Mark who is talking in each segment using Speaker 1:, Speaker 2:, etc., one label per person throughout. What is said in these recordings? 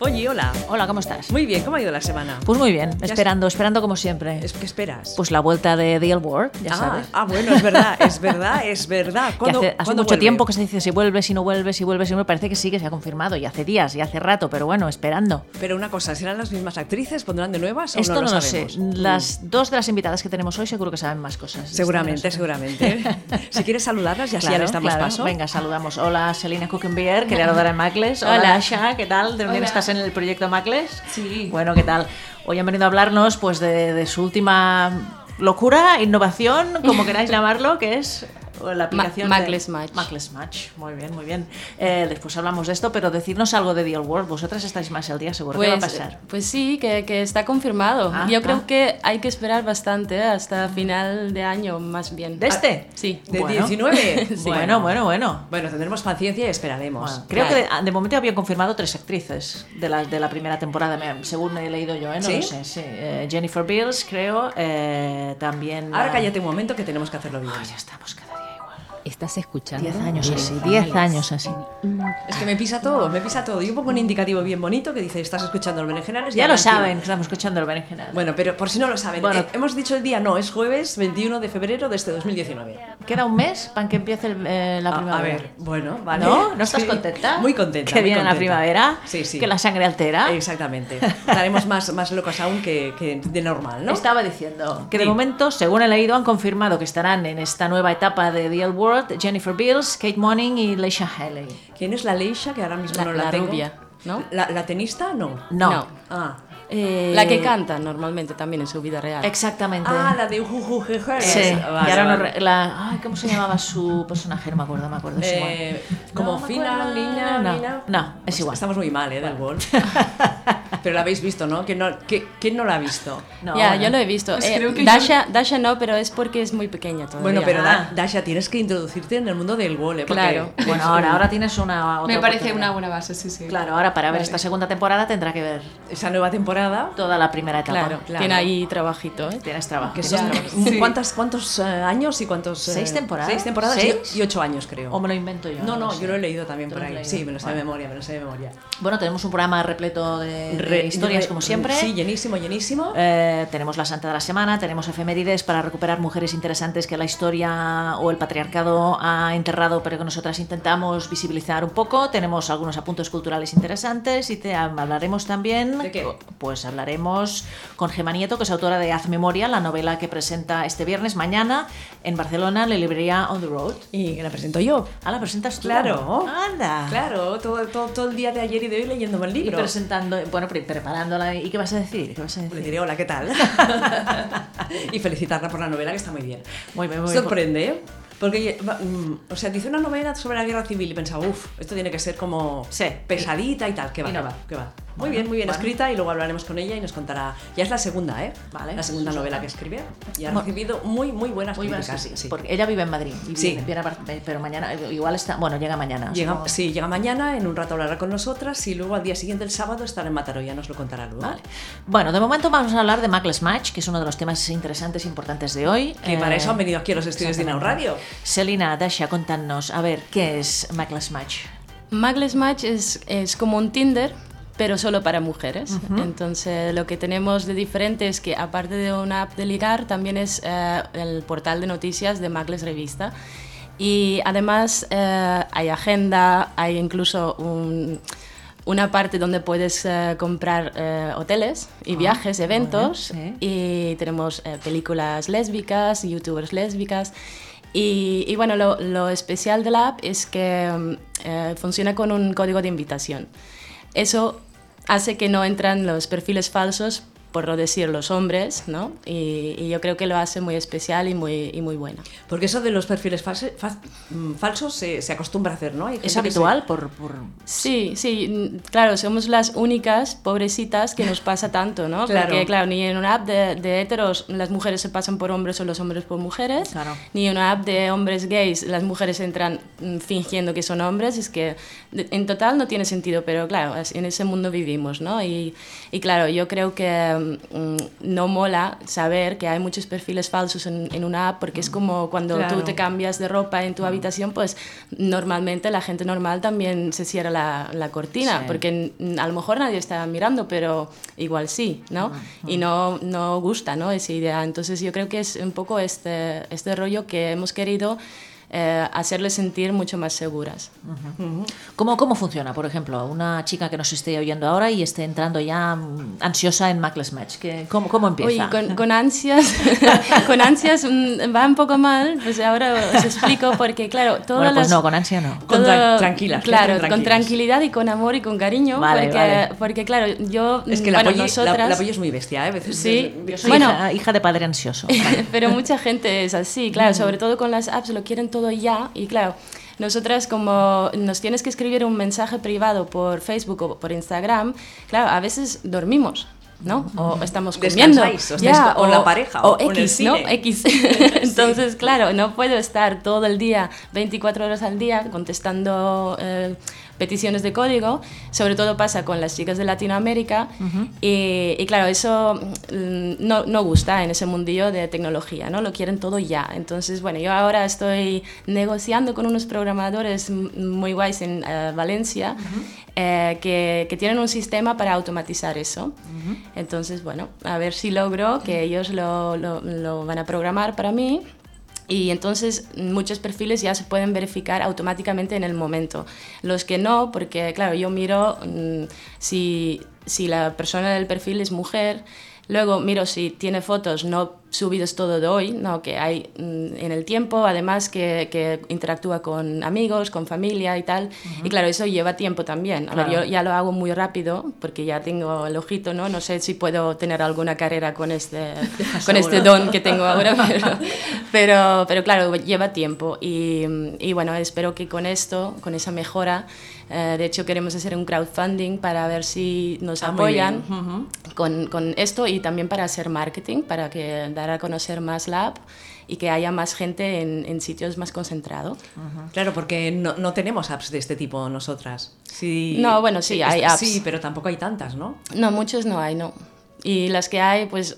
Speaker 1: Oye, hola.
Speaker 2: Hola, ¿cómo estás?
Speaker 1: Muy bien, ¿cómo ha ido la semana?
Speaker 2: Pues muy bien,
Speaker 1: Ya
Speaker 2: esperando, esperando como siempre.
Speaker 1: Es- ¿Qué esperas?
Speaker 2: Pues la vuelta de The Old World, ya
Speaker 1: ah,
Speaker 2: sabes.
Speaker 1: ah, bueno, es verdad, es verdad, es verdad.
Speaker 2: Que
Speaker 1: ¿Cuándo-
Speaker 2: hace, hace
Speaker 1: cuándo
Speaker 2: mucho
Speaker 1: vuelve?
Speaker 2: tiempo que se dice si vuelve, si no vuelve, si vuelve, si no vuelve. Parece que sí, que se ha confirmado. Y hace días, y hace rato, pero bueno, esperando.
Speaker 1: Pero una cosa, ¿serán las mismas actrices? ¿Pondrán de nuevas? o
Speaker 2: Esto no
Speaker 1: no
Speaker 2: lo,
Speaker 1: lo,
Speaker 2: sé.
Speaker 1: sabemos? Mm,
Speaker 2: Las dos de las invitadas que tenemos hoy seguro que saben más cosas. Esto
Speaker 1: Seguramente,
Speaker 2: no lo sé.
Speaker 1: seguramente. si quieres saludarlas y así ya
Speaker 2: Claro,
Speaker 1: le estamos
Speaker 2: claro.
Speaker 1: paso.
Speaker 2: Venga, saludamos. Hola, Selina Kuchenbier, que le adora en Macles. Hola, Asha, ¿qué tal? ¿De dónde
Speaker 3: Hola.
Speaker 2: estás en el proyecto Macles?
Speaker 3: Sí.
Speaker 2: Bueno, ¿qué tal? Hoy han venido a hablarnos pues de, de su última locura, innovación, como queráis llamarlo, que es la aplicación
Speaker 3: Ma-
Speaker 2: de-
Speaker 3: Macles Match.
Speaker 2: Macles Match. Muy bien, muy bien. Eh, después hablamos de esto, pero decirnos algo de The Old World. Vosotras estáis más al día, seguro. ¿Qué va a pasar?
Speaker 3: Pues sí, que, que está confirmado.
Speaker 2: Ah,
Speaker 3: Yo
Speaker 2: ah.
Speaker 3: creo que hay que esperar bastante ¿eh? hasta final de año, más bien. Ah,
Speaker 2: ¿De este?
Speaker 3: Sí.
Speaker 1: ¿De
Speaker 2: Bueno.
Speaker 1: 19?
Speaker 3: eh, Sí.
Speaker 2: Bueno, bueno, bueno.
Speaker 1: Bueno, tendremos paciencia y esperaremos.
Speaker 2: Bueno, creo
Speaker 3: Claro.
Speaker 2: que de, de momento habían confirmado tres actrices de la, de la primera temporada, me- según he leído yo, ¿eh? no
Speaker 1: ¿Sí?
Speaker 2: lo sé. sí. Eh, Jennifer Beals, creo, eh, también...
Speaker 1: Ahora
Speaker 2: la-
Speaker 1: cállate un momento que tenemos que hacerlo bien.
Speaker 2: Ay, ya estamos cada día igual.
Speaker 4: ¿Estás escuchando?
Speaker 2: Diez años
Speaker 4: Bien,
Speaker 2: así,
Speaker 4: Ángeles.
Speaker 2: diez años así.
Speaker 1: Es que me pisa todo, me pisa todo. Yo pongo un indicativo bien bonito que dice, estás escuchando los berenjenales. y
Speaker 2: Ya lo
Speaker 1: ahora aquí".
Speaker 2: saben, estamos escuchando el berenjenal.
Speaker 1: Bueno, pero por si no lo saben,
Speaker 2: Bueno.
Speaker 1: eh, hemos dicho el día no, es jueves 21 de febrero de este 2019.
Speaker 2: Queda un mes para que empiece el- eh, la
Speaker 1: Ah, A-
Speaker 2: primavera.
Speaker 1: A ver, bueno, vale.
Speaker 2: ¿No? ¿No estás
Speaker 1: Sí.
Speaker 2: contenta?
Speaker 1: Muy contenta.
Speaker 2: Que
Speaker 1: muy
Speaker 2: viene la
Speaker 1: contenta.
Speaker 2: primavera,
Speaker 1: Sí, sí.
Speaker 2: que la sangre altera.
Speaker 1: Exactamente. Estaremos más, más locos aún que, que de normal, ¿no?
Speaker 2: Estaba diciendo que de
Speaker 1: Sí.
Speaker 2: momento, según he leído, han confirmado que estarán en esta nueva etapa de The Old World Jennifer Beals, Kate Monning y Leisha Haley.
Speaker 1: ¿Quién es la Leisha que ahora mismo
Speaker 3: La-
Speaker 1: no la,
Speaker 3: la
Speaker 1: tengo?
Speaker 3: rubia, ¿no?
Speaker 1: ¿La, la tenista? No.
Speaker 2: No.
Speaker 3: No.
Speaker 1: Ah.
Speaker 2: Eh,
Speaker 3: La que canta normalmente también en su vida real.
Speaker 2: Exactamente.
Speaker 1: Ah, la de Ujujujú.
Speaker 2: Sí. y ahora no re- la- ay, ¿Cómo se llamaba su personaje? No me acuerdo, me acuerdo. es
Speaker 1: Eh,
Speaker 2: igual.
Speaker 1: como
Speaker 2: No me
Speaker 1: fina,
Speaker 2: acuerdo,
Speaker 1: niña,
Speaker 2: no,
Speaker 1: mina.
Speaker 2: no, es igual.
Speaker 1: Estamos muy mal, ¿eh? Del World. Pero la habéis visto, ¿no? ¿Quién no, qué- quién no la ha visto?
Speaker 2: No,
Speaker 3: ya,
Speaker 2: bueno.
Speaker 3: yo lo he visto.
Speaker 1: Pues
Speaker 3: Eh,
Speaker 1: creo que
Speaker 3: Dasha, Dasha no, pero es porque es muy pequeña todavía.
Speaker 1: Bueno, pero
Speaker 2: Ah.
Speaker 1: Da- Dasha, tienes que introducirte en el mundo del World, ¿eh? Porque-
Speaker 3: Claro.
Speaker 2: Bueno, ahora, ahora tienes una. otra
Speaker 5: Me parece
Speaker 2: oportunidad.
Speaker 5: una buena base, sí, sí.
Speaker 2: Claro, ahora para ver esta segunda temporada tendrá que ver
Speaker 1: Esa nueva temporada.
Speaker 2: toda la primera etapa.
Speaker 3: claro,
Speaker 1: claro.
Speaker 3: tiene ahí trabajito. ¿eh?
Speaker 2: Tienes trabajo.
Speaker 1: Que
Speaker 2: tienes
Speaker 1: son
Speaker 2: trabajo.
Speaker 5: Sí.
Speaker 1: ¿cuántos, cuántos eh, años y cuántos eh,
Speaker 2: ¿Seis temporadas?
Speaker 1: Seis temporadas y-
Speaker 2: ¿Seis?
Speaker 1: y ocho años creo.
Speaker 2: O me lo invento yo.
Speaker 1: no, no,
Speaker 2: sé.
Speaker 1: yo lo he leído también
Speaker 2: ¿Tú
Speaker 1: por
Speaker 2: lo has
Speaker 1: ahí.
Speaker 2: leído?
Speaker 1: Sí, me lo sé de
Speaker 2: Bueno.
Speaker 1: memoria, me lo sé de memoria.
Speaker 2: Bueno, tenemos un programa repleto Eh, de, de
Speaker 1: Re-
Speaker 2: historias,
Speaker 1: re-
Speaker 2: como siempre.
Speaker 1: Sí, llenísimo, llenísimo.
Speaker 2: Eh, tenemos la Santa de la Semana, tenemos efemérides para recuperar mujeres interesantes que la historia o el patriarcado ha enterrado, pero que nosotras intentamos visibilizar un poco. Tenemos algunos apuntes culturales interesantes y te hablaremos también.
Speaker 1: ¿De qué?
Speaker 2: Pues hablaremos con Gema Nieto, que es autora de Haz Memoria, la novela que presenta este viernes mañana en Barcelona, en la librería On the Road.
Speaker 1: Y la presento yo.
Speaker 2: Ah, la presentas tú.
Speaker 1: Claro.
Speaker 2: Anda.
Speaker 1: Claro, todo, todo, todo el día de ayer y de hoy leyéndome el
Speaker 2: Y
Speaker 1: libro.
Speaker 2: presentando, bueno, pre- preparándola. ¿Y qué vas a decir? ¿Qué vas a
Speaker 1: Le
Speaker 2: decir?
Speaker 1: diré hola, ¿qué tal? y felicitarla por la novela que está muy bien.
Speaker 2: Muy bien, muy bien.
Speaker 1: Sorprende, ¿eh? Porque, va, mm, o sea, dice una novela sobre la guerra civil y pensaba, uff, esto tiene que ser como
Speaker 2: Sí.
Speaker 1: pesadita y tal. Que va,
Speaker 2: Y no.
Speaker 1: que va, que va. Muy bien, muy bien
Speaker 2: bueno.
Speaker 1: escrita y luego hablaremos con ella y nos contará. Ya es la segunda, ¿eh?
Speaker 2: Vale.
Speaker 1: La segunda
Speaker 2: Pues
Speaker 1: novela
Speaker 2: otra.
Speaker 1: que escribe y ha
Speaker 2: Bueno.
Speaker 1: recibido muy, muy buenas
Speaker 2: Muy buenas
Speaker 1: críticas.
Speaker 2: críticas,
Speaker 1: sí.
Speaker 2: Porque ella vive en Madrid. y
Speaker 1: Sí.
Speaker 2: viene- viene a Bar- eh, pero mañana, eh, igual está. Bueno, llega mañana.
Speaker 1: Llega,
Speaker 2: supongo.
Speaker 1: sí, llega mañana, en un rato hablará con nosotras y luego al día siguiente, el sábado, estará en Mataró, ya nos lo contará luego.
Speaker 2: Vale. Bueno, de momento vamos a hablar de Macles Match, que es uno de los temas interesantes e importantes de hoy.
Speaker 1: Que
Speaker 2: Eh,
Speaker 1: para eso han venido aquí a los estudios de Inau Radio.
Speaker 2: Selina, Dasha, contadnos, a ver, ¿qué es Macles Match?
Speaker 3: Magles Match es, es como un Tinder, pero solo para mujeres. Entonces, lo que tenemos de diferente es que, aparte de una app de ligar, también es eh, el portal de noticias de Magles Revista. Y además eh, hay agenda, hay incluso un- una parte donde puedes eh, comprar eh, hoteles y viajes, eventos.
Speaker 2: Ah, bueno, sí.
Speaker 3: Y tenemos eh, películas lésbicas, youtubers lésbicas. Y, y bueno, lo, lo especial de la app es que mm, eh, funciona con un código de invitación. Eso hace que no entran los perfiles falsos, por no decir los hombres, ¿no? Y, y yo creo que lo hace muy especial y muy, y muy buena.
Speaker 1: Porque eso de los perfiles false- fa- mm, falsos se, se acostumbra a hacer, ¿no? Hay gente
Speaker 2: ¿Es
Speaker 1: que
Speaker 2: habitual por, por-
Speaker 3: Sí, sí, n- claro, somos las únicas pobrecitas que nos pasa tanto, ¿no?
Speaker 1: Claro.
Speaker 3: Porque, claro, ni en una app de, de heteros las mujeres se pasan por hombres o los hombres por mujeres,
Speaker 2: Claro.
Speaker 3: ni en una app de hombres gays las mujeres entran mm, fingiendo que son hombres, es que de- en total no tiene sentido, pero claro, as- en ese mundo vivimos, ¿no? Y, y claro, yo creo que mm, no mola saber que hay muchos perfiles falsos en, en una app porque es como cuando
Speaker 1: Claro.
Speaker 3: tú te cambias de ropa en tu habitación, pues normalmente la gente normal también se cierra la, la cortina
Speaker 2: Sí.
Speaker 3: porque mm, a lo mejor nadie está mirando, pero igual sí, ¿no? Y no, no gusta, ¿no? Esa idea. Entonces yo creo que es un poco este, este rollo que hemos querido eh, hacerles sentir mucho más seguras.
Speaker 2: ¿Cómo, ¿Cómo funciona, por ejemplo, una chica que nos esté oyendo ahora y esté entrando ya mm, ansiosa en Macless Match? ¿Qué- cómo, ¿Cómo empieza?
Speaker 3: Oye, con, con ansias, con ansias mm, va un poco mal, pues ahora os explico porque claro, todas
Speaker 2: bueno, pues
Speaker 3: las...
Speaker 2: no, con ansia no.
Speaker 1: Con tran- tranquilas, que
Speaker 3: Claro,
Speaker 1: estén
Speaker 3: con
Speaker 1: tranquilas.
Speaker 3: tranquilidad y con amor y con cariño,
Speaker 2: Vale,
Speaker 3: porque,
Speaker 2: vale.
Speaker 3: porque claro, yo,
Speaker 1: Es que la,
Speaker 3: bueno,
Speaker 1: poli- la-
Speaker 3: nosotras...
Speaker 1: la poli es muy bestia, ¿eh? A veces-
Speaker 3: Sí,
Speaker 1: yo
Speaker 2: Soy
Speaker 3: bueno,
Speaker 2: hija, hija de padre ansioso.
Speaker 3: pero mucha gente es así,
Speaker 1: Mm.
Speaker 3: claro, sobre todo con las apps lo quieren todo ya y claro, nosotras como nos tienes que escribir un mensaje privado por Facebook o por Instagram, claro, a veces dormimos. ¿no? O estamos comiendo.
Speaker 1: Mm. Descansáis, o estáis con- con la pareja, o con el
Speaker 3: X, ¿no?
Speaker 1: cine.
Speaker 3: X. Entonces, claro, no puedo estar todo el día, 24 horas al día, contestando eh, peticiones de código. Sobre todo pasa con las chicas de Latinoamérica. y, y claro, eso mm, no, no gusta en ese mundillo de tecnología, ¿no? Lo quieren todo ya. Entonces, bueno, yo ahora estoy negociando con unos programadores m- muy guays en eh, Valencia eh, que, que tienen un sistema para automatizar eso. Entonces, bueno, a ver si logro que ellos lo, lo- lo van a programar para mí. Y entonces muchos perfiles ya se pueden verificar automáticamente en el momento. Los que no, porque claro, yo miro mm, si, si la persona del perfil es mujer, luego miro si tiene fotos no subidos todo de hoy, no, que hay mm, en el tiempo, además que, que interactúa con amigos, con familia y tal. Y claro, eso lleva tiempo también. A ver,
Speaker 2: Claro.
Speaker 3: yo ya lo hago muy rápido porque ya tengo el ojito, ¿no? No sé si puedo tener alguna carrera con este, con este don que tengo ahora, pero, pero, pero claro, lleva tiempo. Y, y bueno, espero que con esto, con esa mejora, eh, de hecho queremos hacer un crowdfunding para ver si nos
Speaker 1: Ah, muy bien.
Speaker 3: apoyan con, con esto y también para hacer marketing, para que dar a conocer más la app y que haya más gente en, en sitios más concentrados.
Speaker 1: Claro, porque no, no tenemos apps de este tipo nosotras. Sí,
Speaker 3: No, bueno, sí, hay
Speaker 1: es-
Speaker 3: apps.
Speaker 1: Sí, pero tampoco hay tantas, ¿no?
Speaker 3: No, muchos no hay, no. Y las que hay, pues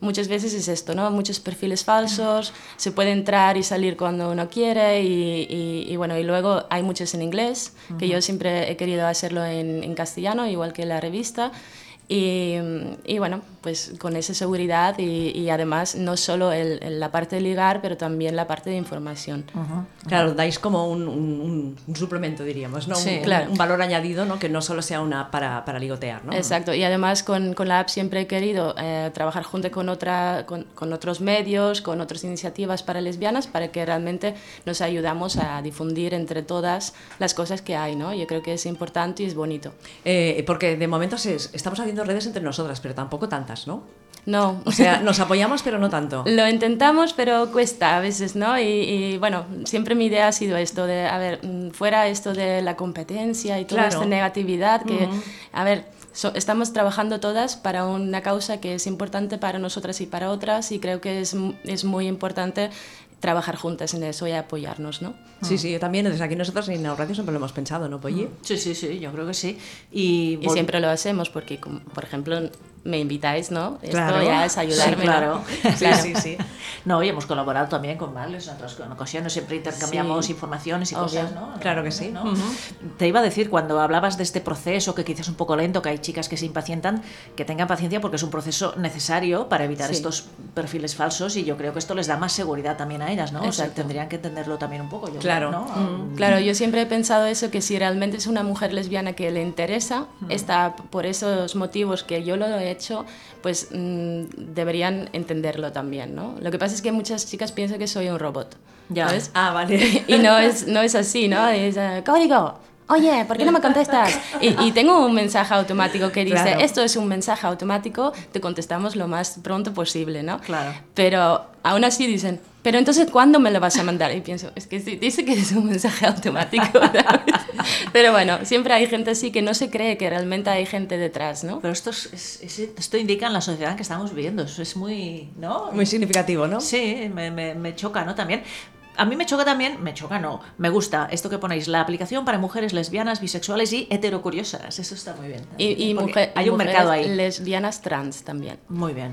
Speaker 3: muchas veces es esto, ¿no? Muchos perfiles falsos, se puede entrar y salir cuando uno quiere y, y- y bueno, y luego hay muchos en inglés, que yo siempre he querido hacerlo en, en castellano, igual que la revista. Y, y bueno, pues con esa seguridad y, y además no solo el- el- la parte de ligar, pero también la parte de información.
Speaker 1: Claro, dais como un, un- un suplemento, diríamos, ¿no? Un-
Speaker 3: Sí,
Speaker 1: un,
Speaker 3: claro.
Speaker 1: un valor añadido, ¿no? Que no solo sea una app para, para ligotear, ¿no?
Speaker 3: Exacto, y además con, con la app siempre he querido eh, trabajar junto con, otra, con, con otros medios, con otras iniciativas para lesbianas, para que realmente nos ayudamos a difundir entre todas las cosas que hay, ¿no? Yo creo que es importante y es bonito.
Speaker 1: Eh, porque de momento se- estamos haciendo redes entre nosotras, pero tampoco tantas, ¿no?
Speaker 3: No,
Speaker 1: O sea, nos apoyamos, pero no tanto.
Speaker 3: Lo intentamos, pero cuesta a veces, ¿no? Y, y, bueno, siempre mi idea ha sido esto de, a ver, mm, fuera esto de la competencia y toda
Speaker 1: Claro.
Speaker 3: esta negatividad, que, a ver, so- estamos trabajando todas para una causa que es importante para nosotras y para otras, y creo que es, m- es muy importante trabajar juntas en eso y apoyarnos, ¿no?
Speaker 1: Sí, sí, yo también. Desde aquí nosotros en la radio siempre lo hemos pensado, ¿no, Polly?
Speaker 2: Sí, sí, sí, yo creo que sí. Y,
Speaker 3: Y
Speaker 2: vol-
Speaker 3: siempre lo hacemos porque, como, por ejemplo, me invitáis, ¿no? Esto
Speaker 1: Claro.
Speaker 3: ya es ayudarme.
Speaker 2: Sí,
Speaker 3: ¿no?
Speaker 2: claro.
Speaker 1: Sí, sí, sí.
Speaker 2: No, y hemos colaborado también con Marles en otras ocasiones, siempre intercambiamos
Speaker 3: Sí.
Speaker 2: informaciones y
Speaker 3: Obvio.
Speaker 2: cosas, ¿no?
Speaker 1: Claro que sí.
Speaker 2: ¿No?
Speaker 1: Ujú.
Speaker 2: Te iba a decir, cuando hablabas de este proceso, que quizás es un poco lento, que hay chicas que se impacientan, que tengan paciencia porque es un proceso necesario para evitar
Speaker 3: Sí.
Speaker 2: estos perfiles falsos y yo creo que esto les da más seguridad también a ellas, ¿no? O sea,
Speaker 3: Exacto.
Speaker 2: tendrían que entenderlo también un poco, yo
Speaker 1: Claro.
Speaker 2: creo, ¿no?
Speaker 3: Claro, yo siempre he pensado eso, que si realmente es una mujer lesbiana que le interesa, está por esos motivos que yo lo he hecho, pues mm, deberían entenderlo también, ¿no? Lo que pasa es que muchas chicas piensan que soy un robot,
Speaker 2: Ya.
Speaker 3: ¿sabes?
Speaker 1: Ah, vale.
Speaker 3: Y no es, no es así, ¿no? Es eh, código. Oye, ¿por qué no me contestas? Y, y tengo un mensaje automático que dice,
Speaker 1: Claro.
Speaker 3: esto es un mensaje automático, te contestamos lo más pronto posible, ¿no?
Speaker 2: Claro.
Speaker 3: Pero aún así dicen, pero entonces, ¿cuándo me lo vas a mandar? Y pienso, es que sí, dice que es un mensaje automático. ¿sabes? Pero bueno, siempre hay gente así que no se cree que realmente hay gente detrás, ¿no?
Speaker 2: Pero esto, es- es- es- esto indica en la sociedad en que estamos viviendo, eso es muy, ¿no?
Speaker 1: Muy significativo, ¿no?
Speaker 2: Sí, me, me- me choca, ¿no? También. A mí me choca también, me choca no, me gusta esto que ponéis, la aplicación para mujeres lesbianas, bisexuales y heterocuriosas. Eso está muy bien. también, ¿eh?
Speaker 3: Y, y
Speaker 2: porque
Speaker 3: mujer-
Speaker 2: hay un
Speaker 3: mujeres
Speaker 2: mercado ahí.
Speaker 3: Lesbianas trans también.
Speaker 2: Muy bien.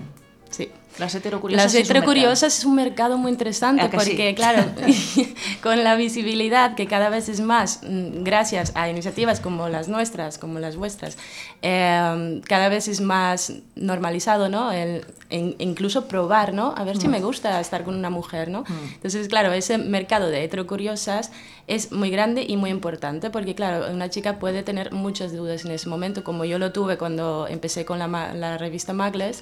Speaker 3: Sí.
Speaker 2: Las heterocuriosas.
Speaker 3: Las
Speaker 2: es un mercado.
Speaker 3: heterocuriosas es un mercado muy interesante
Speaker 2: ¿A que sí?
Speaker 3: porque, claro, con la visibilidad que cada vez es más, mm, gracias a iniciativas como las nuestras, como las vuestras, eh, cada vez es más normalizado, ¿no? El, in- incluso probar, ¿no? A ver si me
Speaker 2: Mm.
Speaker 3: gusta estar con una mujer, ¿no? Entonces, claro, ese mercado de heterocuriosas es muy grande y muy importante porque, claro, una chica puede tener muchas dudas en ese momento, como yo lo tuve cuando empecé con la, ma- la revista Magles.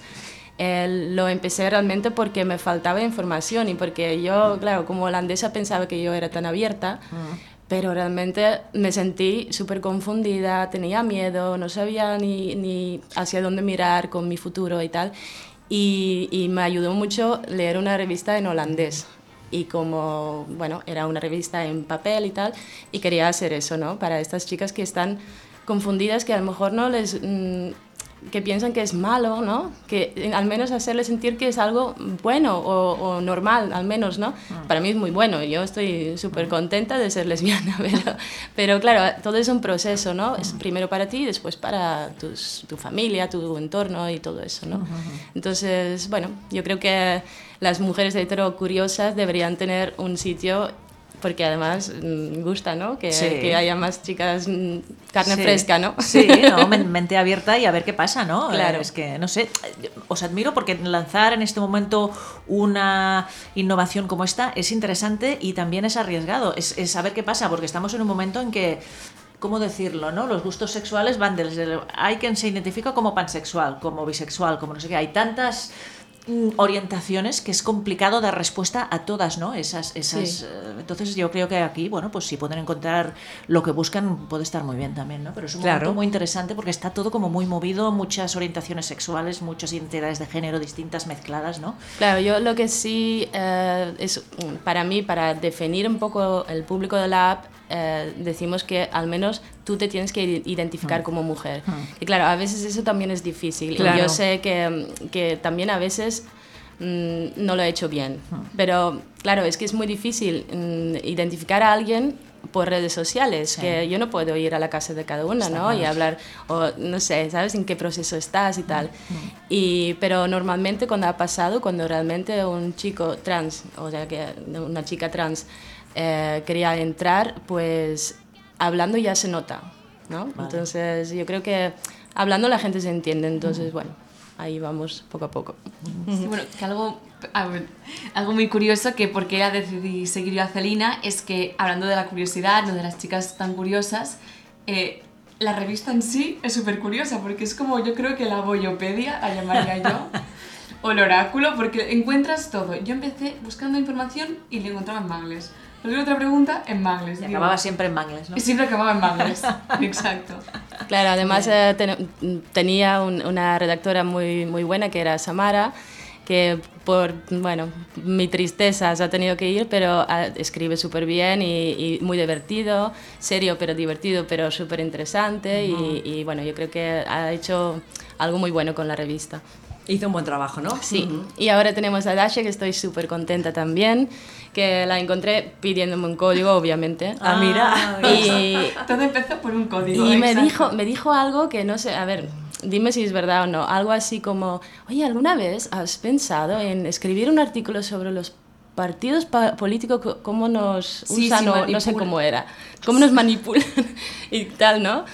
Speaker 3: Eh, lo empecé realmente porque me faltaba información y porque yo, claro, como holandesa pensaba que yo era tan abierta, pero realmente me sentí súper confundida, tenía miedo, no sabía ni, ni hacia dónde mirar con mi futuro y tal. Y, y me ayudó mucho leer una revista en holandés. Y como, bueno, era una revista en papel y tal, y quería hacer eso, ¿no? Para estas chicas que están confundidas, que a lo mejor no les... mm, que piensan que es malo, ¿no? Que eh, al menos hacerle sentir que es algo bueno o, o normal, al menos, ¿no?
Speaker 2: Ah.
Speaker 3: Para mí es muy bueno, yo estoy súper contenta de ser lesbiana, pero, pero claro, todo es un proceso, ¿no?
Speaker 2: Ah.
Speaker 3: Es primero para ti, después para tus- tu familia, tu entorno y todo eso,
Speaker 2: Ah,
Speaker 3: ¿no? Entonces, bueno, yo creo que las mujeres hetero curiosas deberían tener un sitio porque además mm, gusta, ¿no? Que,
Speaker 2: Sí.
Speaker 3: que haya más chicas mm, carne
Speaker 2: Sí.
Speaker 3: fresca, ¿no?
Speaker 2: Sí, no, men- mente abierta y a ver qué pasa, ¿no?
Speaker 3: Claro.
Speaker 2: Es que, no sé, os admiro porque lanzar en este momento una innovación como esta es interesante y también es arriesgado, es, es saber qué pasa, porque estamos en un momento en que... ¿Cómo decirlo? ¿no? Los gustos sexuales van desde... el- Hay quien se identifica como pansexual, como bisexual, como no sé qué. Hay tantas mm, orientaciones que es complicado dar respuesta a todas, ¿no? Esas, esas,
Speaker 3: Sí.
Speaker 2: eh, Entonces yo creo que aquí, bueno, pues si pueden encontrar lo que buscan, puede estar muy bien también, ¿no? Pero es un
Speaker 1: Claro.
Speaker 2: momento muy interesante porque está todo como muy movido, muchas orientaciones sexuales, muchas identidades de género distintas mezcladas, ¿no?
Speaker 3: Claro, yo lo que sí eh, es mm, para mí, para definir un poco el público de la app, eh, decimos que al menos tú te tienes que i- identificar como mujer. Y claro, a veces eso también es difícil. Y
Speaker 1: Claro.
Speaker 3: yo sé que, mm, que también a veces mm, no lo he hecho bien. Pero claro, es que es muy difícil mm, identificar a alguien por redes sociales, que yo no puedo ir a la casa de cada una, ¿no? Y hablar, o no sé, ¿sabes en qué proceso estás y tal? Y, pero normalmente cuando ha pasado, cuando realmente un chico trans, o sea, que una chica trans eh, quería entrar, pues hablando ya se nota, ¿no? Entonces yo creo que hablando la gente se entiende, entonces bueno, ahí vamos poco a poco.
Speaker 4: Sí, bueno, que algo, a ver, algo muy curioso que por qué la decidí seguir yo a Celina es que, hablando de la curiosidad, no de las chicas tan curiosas, eh, la revista en sí es súper curiosa porque es como yo creo que la Boyopedia, la llamaría yo, o el oráculo, porque encuentras todo. Yo empecé buscando información y la encontraba en Mangles. Luego otra pregunta en Mangles.
Speaker 2: Y
Speaker 4: digo,
Speaker 2: acababa siempre en mangles, ¿no?
Speaker 4: y siempre acababa en Mangles. Exacto.
Speaker 3: Claro, además eh, ten- mm, tenía un- una redactora muy, muy buena que era Samara, que por, bueno, mi tristeza se ha tenido que ir, pero ah, escribe súper bien y, y muy divertido, serio pero divertido, pero súper interesante y, y, bueno, yo creo que ha hecho algo muy bueno con la revista.
Speaker 1: Hizo un buen trabajo, ¿no?
Speaker 3: Sí, y ahora tenemos a Dasha, que estoy súper contenta también, que la encontré pidiéndome un código, obviamente.
Speaker 1: Ah, mira.
Speaker 3: Y,
Speaker 4: Todo empezó por un código.
Speaker 3: Eh, y me
Speaker 4: exacto.
Speaker 3: dijo, me dijo algo que no sé, a ver, dime si es verdad o no, algo así como, oye, ¿alguna vez has pensado en escribir un artículo sobre los partidos pa- políticos, co- cómo nos
Speaker 4: Sí,
Speaker 3: usan
Speaker 4: sí,
Speaker 3: o no sé
Speaker 4: manipulan.
Speaker 3: cómo era, cómo nos manipulan y tal, ¿no?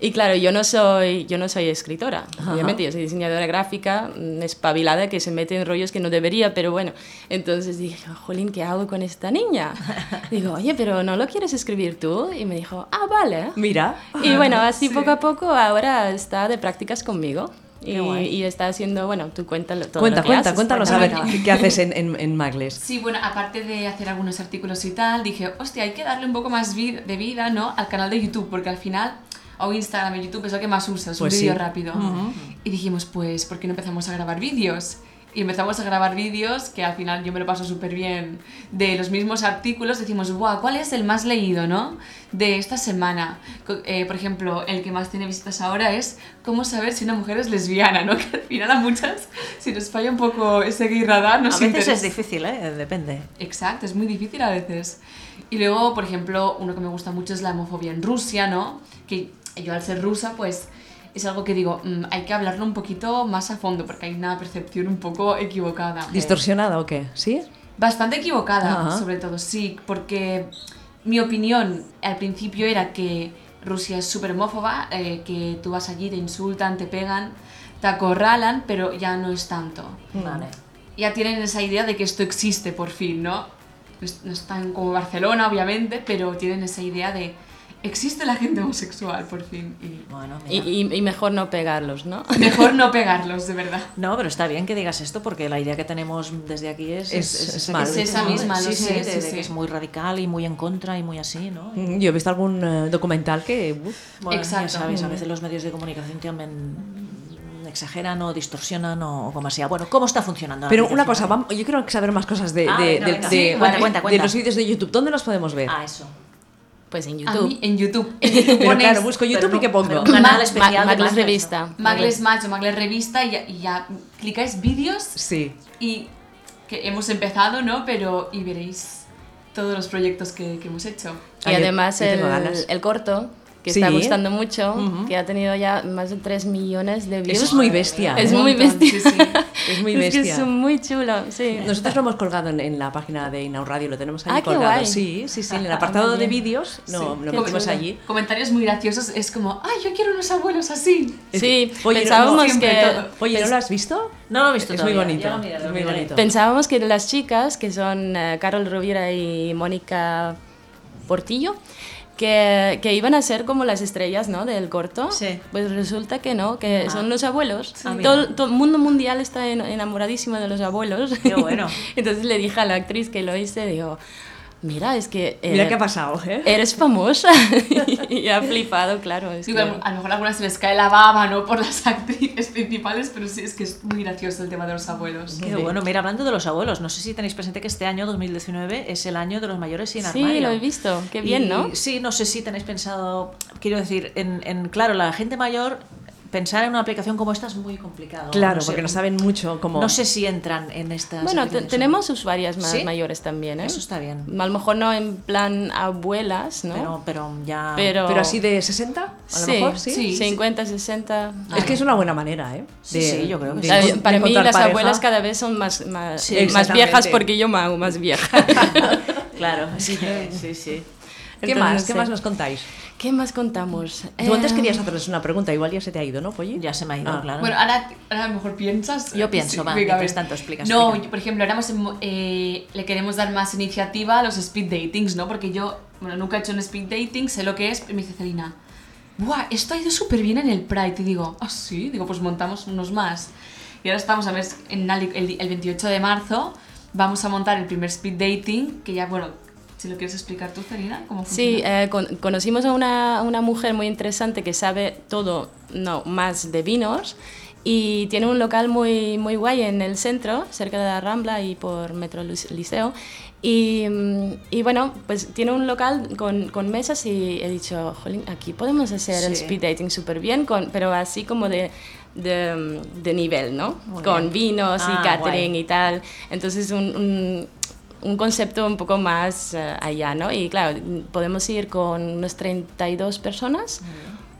Speaker 3: Y claro, yo no soy, yo no soy escritora, obviamente, yo soy diseñadora gráfica, mm, espabilada, que se mete en rollos que no debería, pero bueno. Entonces dije, jolín, ¿qué hago con esta niña? Digo, oye, pero ¿no lo quieres escribir tú? Y me dijo, ah, vale.
Speaker 1: Mira.
Speaker 3: Y bueno, así
Speaker 4: Sí.
Speaker 3: poco a poco ahora está de prácticas conmigo. Y,
Speaker 2: Qué guay.
Speaker 3: y está haciendo, bueno, tú cuéntalo todo.
Speaker 1: Cuenta,
Speaker 3: lo que
Speaker 1: cuenta,
Speaker 3: haces,
Speaker 1: cuéntanos a
Speaker 3: cuéntame.
Speaker 1: ver qué, qué haces en, en, en Magles.
Speaker 4: Sí, bueno, aparte de hacer algunos artículos y tal, dije, hostia, hay que darle un poco más vid- de vida, ¿no? Al canal de YouTube, porque al final, o Instagram y YouTube es lo que más usas,
Speaker 1: Pues
Speaker 4: un
Speaker 1: sí.
Speaker 4: vídeo rápido. Y dijimos, pues, ¿por qué no empezamos a grabar vídeos? y empezamos a grabar vídeos que al final yo me lo paso súper bien de los mismos artículos decimos guau cuál es el más leído no de esta semana Co- eh, por ejemplo el que más tiene visitas ahora es cómo saber si una mujer es lesbiana no que al final a muchas si nos falla un poco ese gay radar nos
Speaker 2: a veces
Speaker 4: interesa.
Speaker 2: es difícil, ¿eh? Depende.
Speaker 4: Exacto, es muy difícil a veces. Y luego, por ejemplo, uno que me gusta mucho es la homofobia en Rusia, ¿no? Que yo al ser rusa, pues es algo que digo, "Mm, hay que hablarlo un poquito más a fondo porque hay una percepción un poco equivocada.
Speaker 1: ¿Distorsionada o qué? ¿Sí?
Speaker 4: Bastante equivocada,
Speaker 1: Ajá.
Speaker 4: sobre todo, sí, porque mi opinión al principio era que Rusia es súper homófoba, eh, que tú vas allí, te insultan, te pegan, te acorralan, pero ya no es tanto
Speaker 1: Mm.
Speaker 2: Vale.
Speaker 4: ya tienen esa idea de que esto existe por fin, ¿no? No es- no están como Barcelona, obviamente, pero tienen esa idea de existe la gente homosexual por fin y
Speaker 2: Bueno,
Speaker 3: Y,
Speaker 2: mira.
Speaker 3: y- y mejor no pegarlos, ¿no?
Speaker 4: mejor no pegarlos, de verdad.
Speaker 2: No, pero está bien que digas esto porque la idea que tenemos desde aquí es,
Speaker 1: Es- es mal.
Speaker 4: Es esa misma,
Speaker 2: sí,
Speaker 4: lo
Speaker 2: sí,
Speaker 4: sé,
Speaker 2: de-
Speaker 4: sí,
Speaker 2: de
Speaker 4: sí.
Speaker 2: que es muy radical y muy en contra y muy así, ¿no?
Speaker 1: Mm, Yo he visto algún eh, documental que... uf,
Speaker 2: Bueno,
Speaker 4: Exacto.
Speaker 2: ya
Speaker 1: Mm.
Speaker 2: sabes, a veces los medios de comunicación también exageran o distorsionan o, o como sea. Bueno, ¿cómo está funcionando? la
Speaker 1: Pero una cosa,
Speaker 2: aplicación?
Speaker 1: vam- yo quiero saber más cosas de,
Speaker 2: Ah,
Speaker 1: de-
Speaker 2: venga,
Speaker 1: de-
Speaker 2: venga.
Speaker 1: de-
Speaker 2: Sí, cuenta, cuenta,
Speaker 1: de
Speaker 2: cuenta.
Speaker 1: los vídeos de YouTube. ¿Dónde los podemos ver?
Speaker 2: Ah, eso.
Speaker 3: Pues en
Speaker 4: A
Speaker 3: YouTube.
Speaker 4: mí en YouTube. En YouTube
Speaker 1: Pero
Speaker 4: ponéis
Speaker 1: claro, busco YouTube y ¿qué pongo?
Speaker 2: Un canal
Speaker 3: Ma-
Speaker 2: especial de
Speaker 3: Ma- Magles
Speaker 2: Magles,
Speaker 3: Revista.
Speaker 2: ¿no?
Speaker 4: Magles Match o Magles Revista y ya, y ya clicáis vídeos
Speaker 1: Sí.
Speaker 4: y que hemos empezado, ¿no? Pero y veréis todos los proyectos que, que hemos hecho.
Speaker 3: Y
Speaker 1: Ah, yo-
Speaker 3: además
Speaker 1: yo
Speaker 3: el,
Speaker 1: tengo ganas.
Speaker 3: el corto, que
Speaker 1: Sí.
Speaker 3: está gustando mucho,
Speaker 1: Ujú.
Speaker 3: que ha tenido ya más de 3 millones de views.
Speaker 1: Eso es muy bestia.
Speaker 3: Es
Speaker 1: ¿eh?
Speaker 3: muy
Speaker 4: montón,
Speaker 3: bestia.
Speaker 4: sí, sí.
Speaker 1: Es muy
Speaker 3: Es que
Speaker 1: bestia.
Speaker 3: es muy chulo, sí.
Speaker 1: Nosotros lo hemos colgado en, en la página de Inau Radio, lo tenemos ahí
Speaker 3: Ah, qué
Speaker 1: colgado.
Speaker 3: guay. Ah,
Speaker 1: Sí, sí, sí, en el apartado de
Speaker 3: bien.
Speaker 1: vídeos no, lo
Speaker 4: Qué
Speaker 1: metimos
Speaker 4: chulo.
Speaker 1: allí.
Speaker 4: Comentarios muy graciosos, es como, ay, yo quiero unos abuelos así.
Speaker 3: Sí,
Speaker 1: Es- oye, no-
Speaker 3: pensábamos
Speaker 1: siempre
Speaker 3: que-
Speaker 1: todo. Oye, ¿no
Speaker 3: pens-
Speaker 1: lo has visto?
Speaker 2: No lo he visto
Speaker 1: Es
Speaker 2: todavía.
Speaker 1: muy bonito.
Speaker 2: Ya lo miraré, lo
Speaker 1: es muy
Speaker 2: miraré.
Speaker 1: bonito.
Speaker 3: Pensábamos que las chicas, que son eh, Carol Rovira y Mónica Portillo, que, que iban a ser como las estrellas ¿no? del corto,
Speaker 2: Sí.
Speaker 3: pues resulta que no, que
Speaker 2: Ah.
Speaker 3: son los abuelos.
Speaker 2: Ah, mira.
Speaker 3: todo, todo el mundo mundial está en- enamoradísimo de los abuelos.
Speaker 2: Qué bueno.
Speaker 3: Entonces le dije a la actriz que lo hice, digo, mira, es que...
Speaker 1: Mira
Speaker 3: eh,
Speaker 1: qué ha pasado, ¿eh?
Speaker 3: Eres famosa y ha flipado, claro. es
Speaker 4: Digo,
Speaker 3: que-
Speaker 2: "Ah,
Speaker 4: a lo mejor a algunas se les cae la baba, ¿no? Por las actrices principales, pero sí, es que es muy gracioso el tema de los abuelos.
Speaker 2: Qué bueno, mira, hablando de los abuelos, no sé si tenéis presente que este año 2019 es el año de los mayores sin
Speaker 3: Sí,
Speaker 2: armario.
Speaker 3: lo he visto, qué bien,
Speaker 2: Y-
Speaker 3: ¿no?
Speaker 2: Sí, no sé si tenéis pensado, quiero decir, en, en- claro, la gente mayor, pensar en una aplicación como esta es muy complicado.
Speaker 1: Claro,
Speaker 2: sé-
Speaker 1: porque no saben mucho cómo...
Speaker 2: No sé si entran en estas.
Speaker 3: Bueno, te-
Speaker 2: aplicaciones.
Speaker 3: tenemos usuarias más
Speaker 2: ¿Sí?
Speaker 3: mayores también, ¿eh?
Speaker 2: Eso está bien.
Speaker 3: A lo mejor no en plan abuelas, ¿no?
Speaker 2: Pero, pero ya.
Speaker 3: Pero-
Speaker 1: Pero así de 60, a lo
Speaker 3: sí,
Speaker 1: mejor, sí.
Speaker 4: sí.
Speaker 3: 50, 60.
Speaker 1: Es que es una buena manera, ¿eh?
Speaker 2: Sí, sí, yo creo que sí.
Speaker 3: La-
Speaker 2: de
Speaker 3: para mí
Speaker 1: encontrar
Speaker 3: las
Speaker 1: pareja.
Speaker 3: abuelas cada vez son más, más,
Speaker 2: Sí,
Speaker 3: más
Speaker 1: exactamente.
Speaker 3: viejas porque yo me hago más vieja.
Speaker 2: Claro, sí, sí. sí.
Speaker 1: ¿Qué
Speaker 3: Entonces,
Speaker 1: más?
Speaker 3: no
Speaker 1: ¿Qué
Speaker 3: sé.
Speaker 1: más nos contáis?
Speaker 3: ¿Qué más contamos?
Speaker 1: Tú antes
Speaker 3: Eh,
Speaker 1: querías hacerles una pregunta, igual ya se te ha ido, ¿no, Polly?
Speaker 2: Ya se me ha ido,
Speaker 1: Ah.
Speaker 2: claro.
Speaker 4: Bueno, ahora, ahora a lo mejor piensas. eh,
Speaker 2: Yo pienso, va,
Speaker 4: venga, a ver.
Speaker 2: mientras tanto, explicas,
Speaker 4: No,
Speaker 2: explica.
Speaker 4: yo, por ejemplo, ahora hemos em- eh, le queremos dar más iniciativa a los speed datings, ¿no? Porque yo, bueno, nunca he hecho un speed dating, sé lo que es, y me dice Celina, ¡buah! Esto ha ido súper bien en el Pride. Y digo, ¡ah, sí! Digo, pues montamos unos más. Y ahora estamos, a ver, en Ali- el, di- el 28 de marzo vamos a montar el primer speed dating, que ya, bueno, si lo quieres explicar tú, Celina, ¿cómo funciona?
Speaker 3: Sí, eh, con- conocimos a una, a una mujer muy interesante que sabe todo, no, más de vinos y tiene un local muy, muy guay en el centro, cerca de la Rambla y por Metro Lu- Liceo. Y, mm, y bueno, pues tiene un local con, con mesas y he dicho, jolín, aquí podemos hacer el
Speaker 2: Sí.
Speaker 3: speed dating súper bien, con, pero así como de, de, mm, de nivel, ¿no?
Speaker 2: Muy
Speaker 3: con
Speaker 2: bien.
Speaker 3: vinos
Speaker 2: Ah,
Speaker 3: y catering
Speaker 2: guay.
Speaker 3: y tal. Entonces, un, un- un concepto un poco más eh, allá, ¿no? Y claro, mm, podemos ir con unas 32 personas.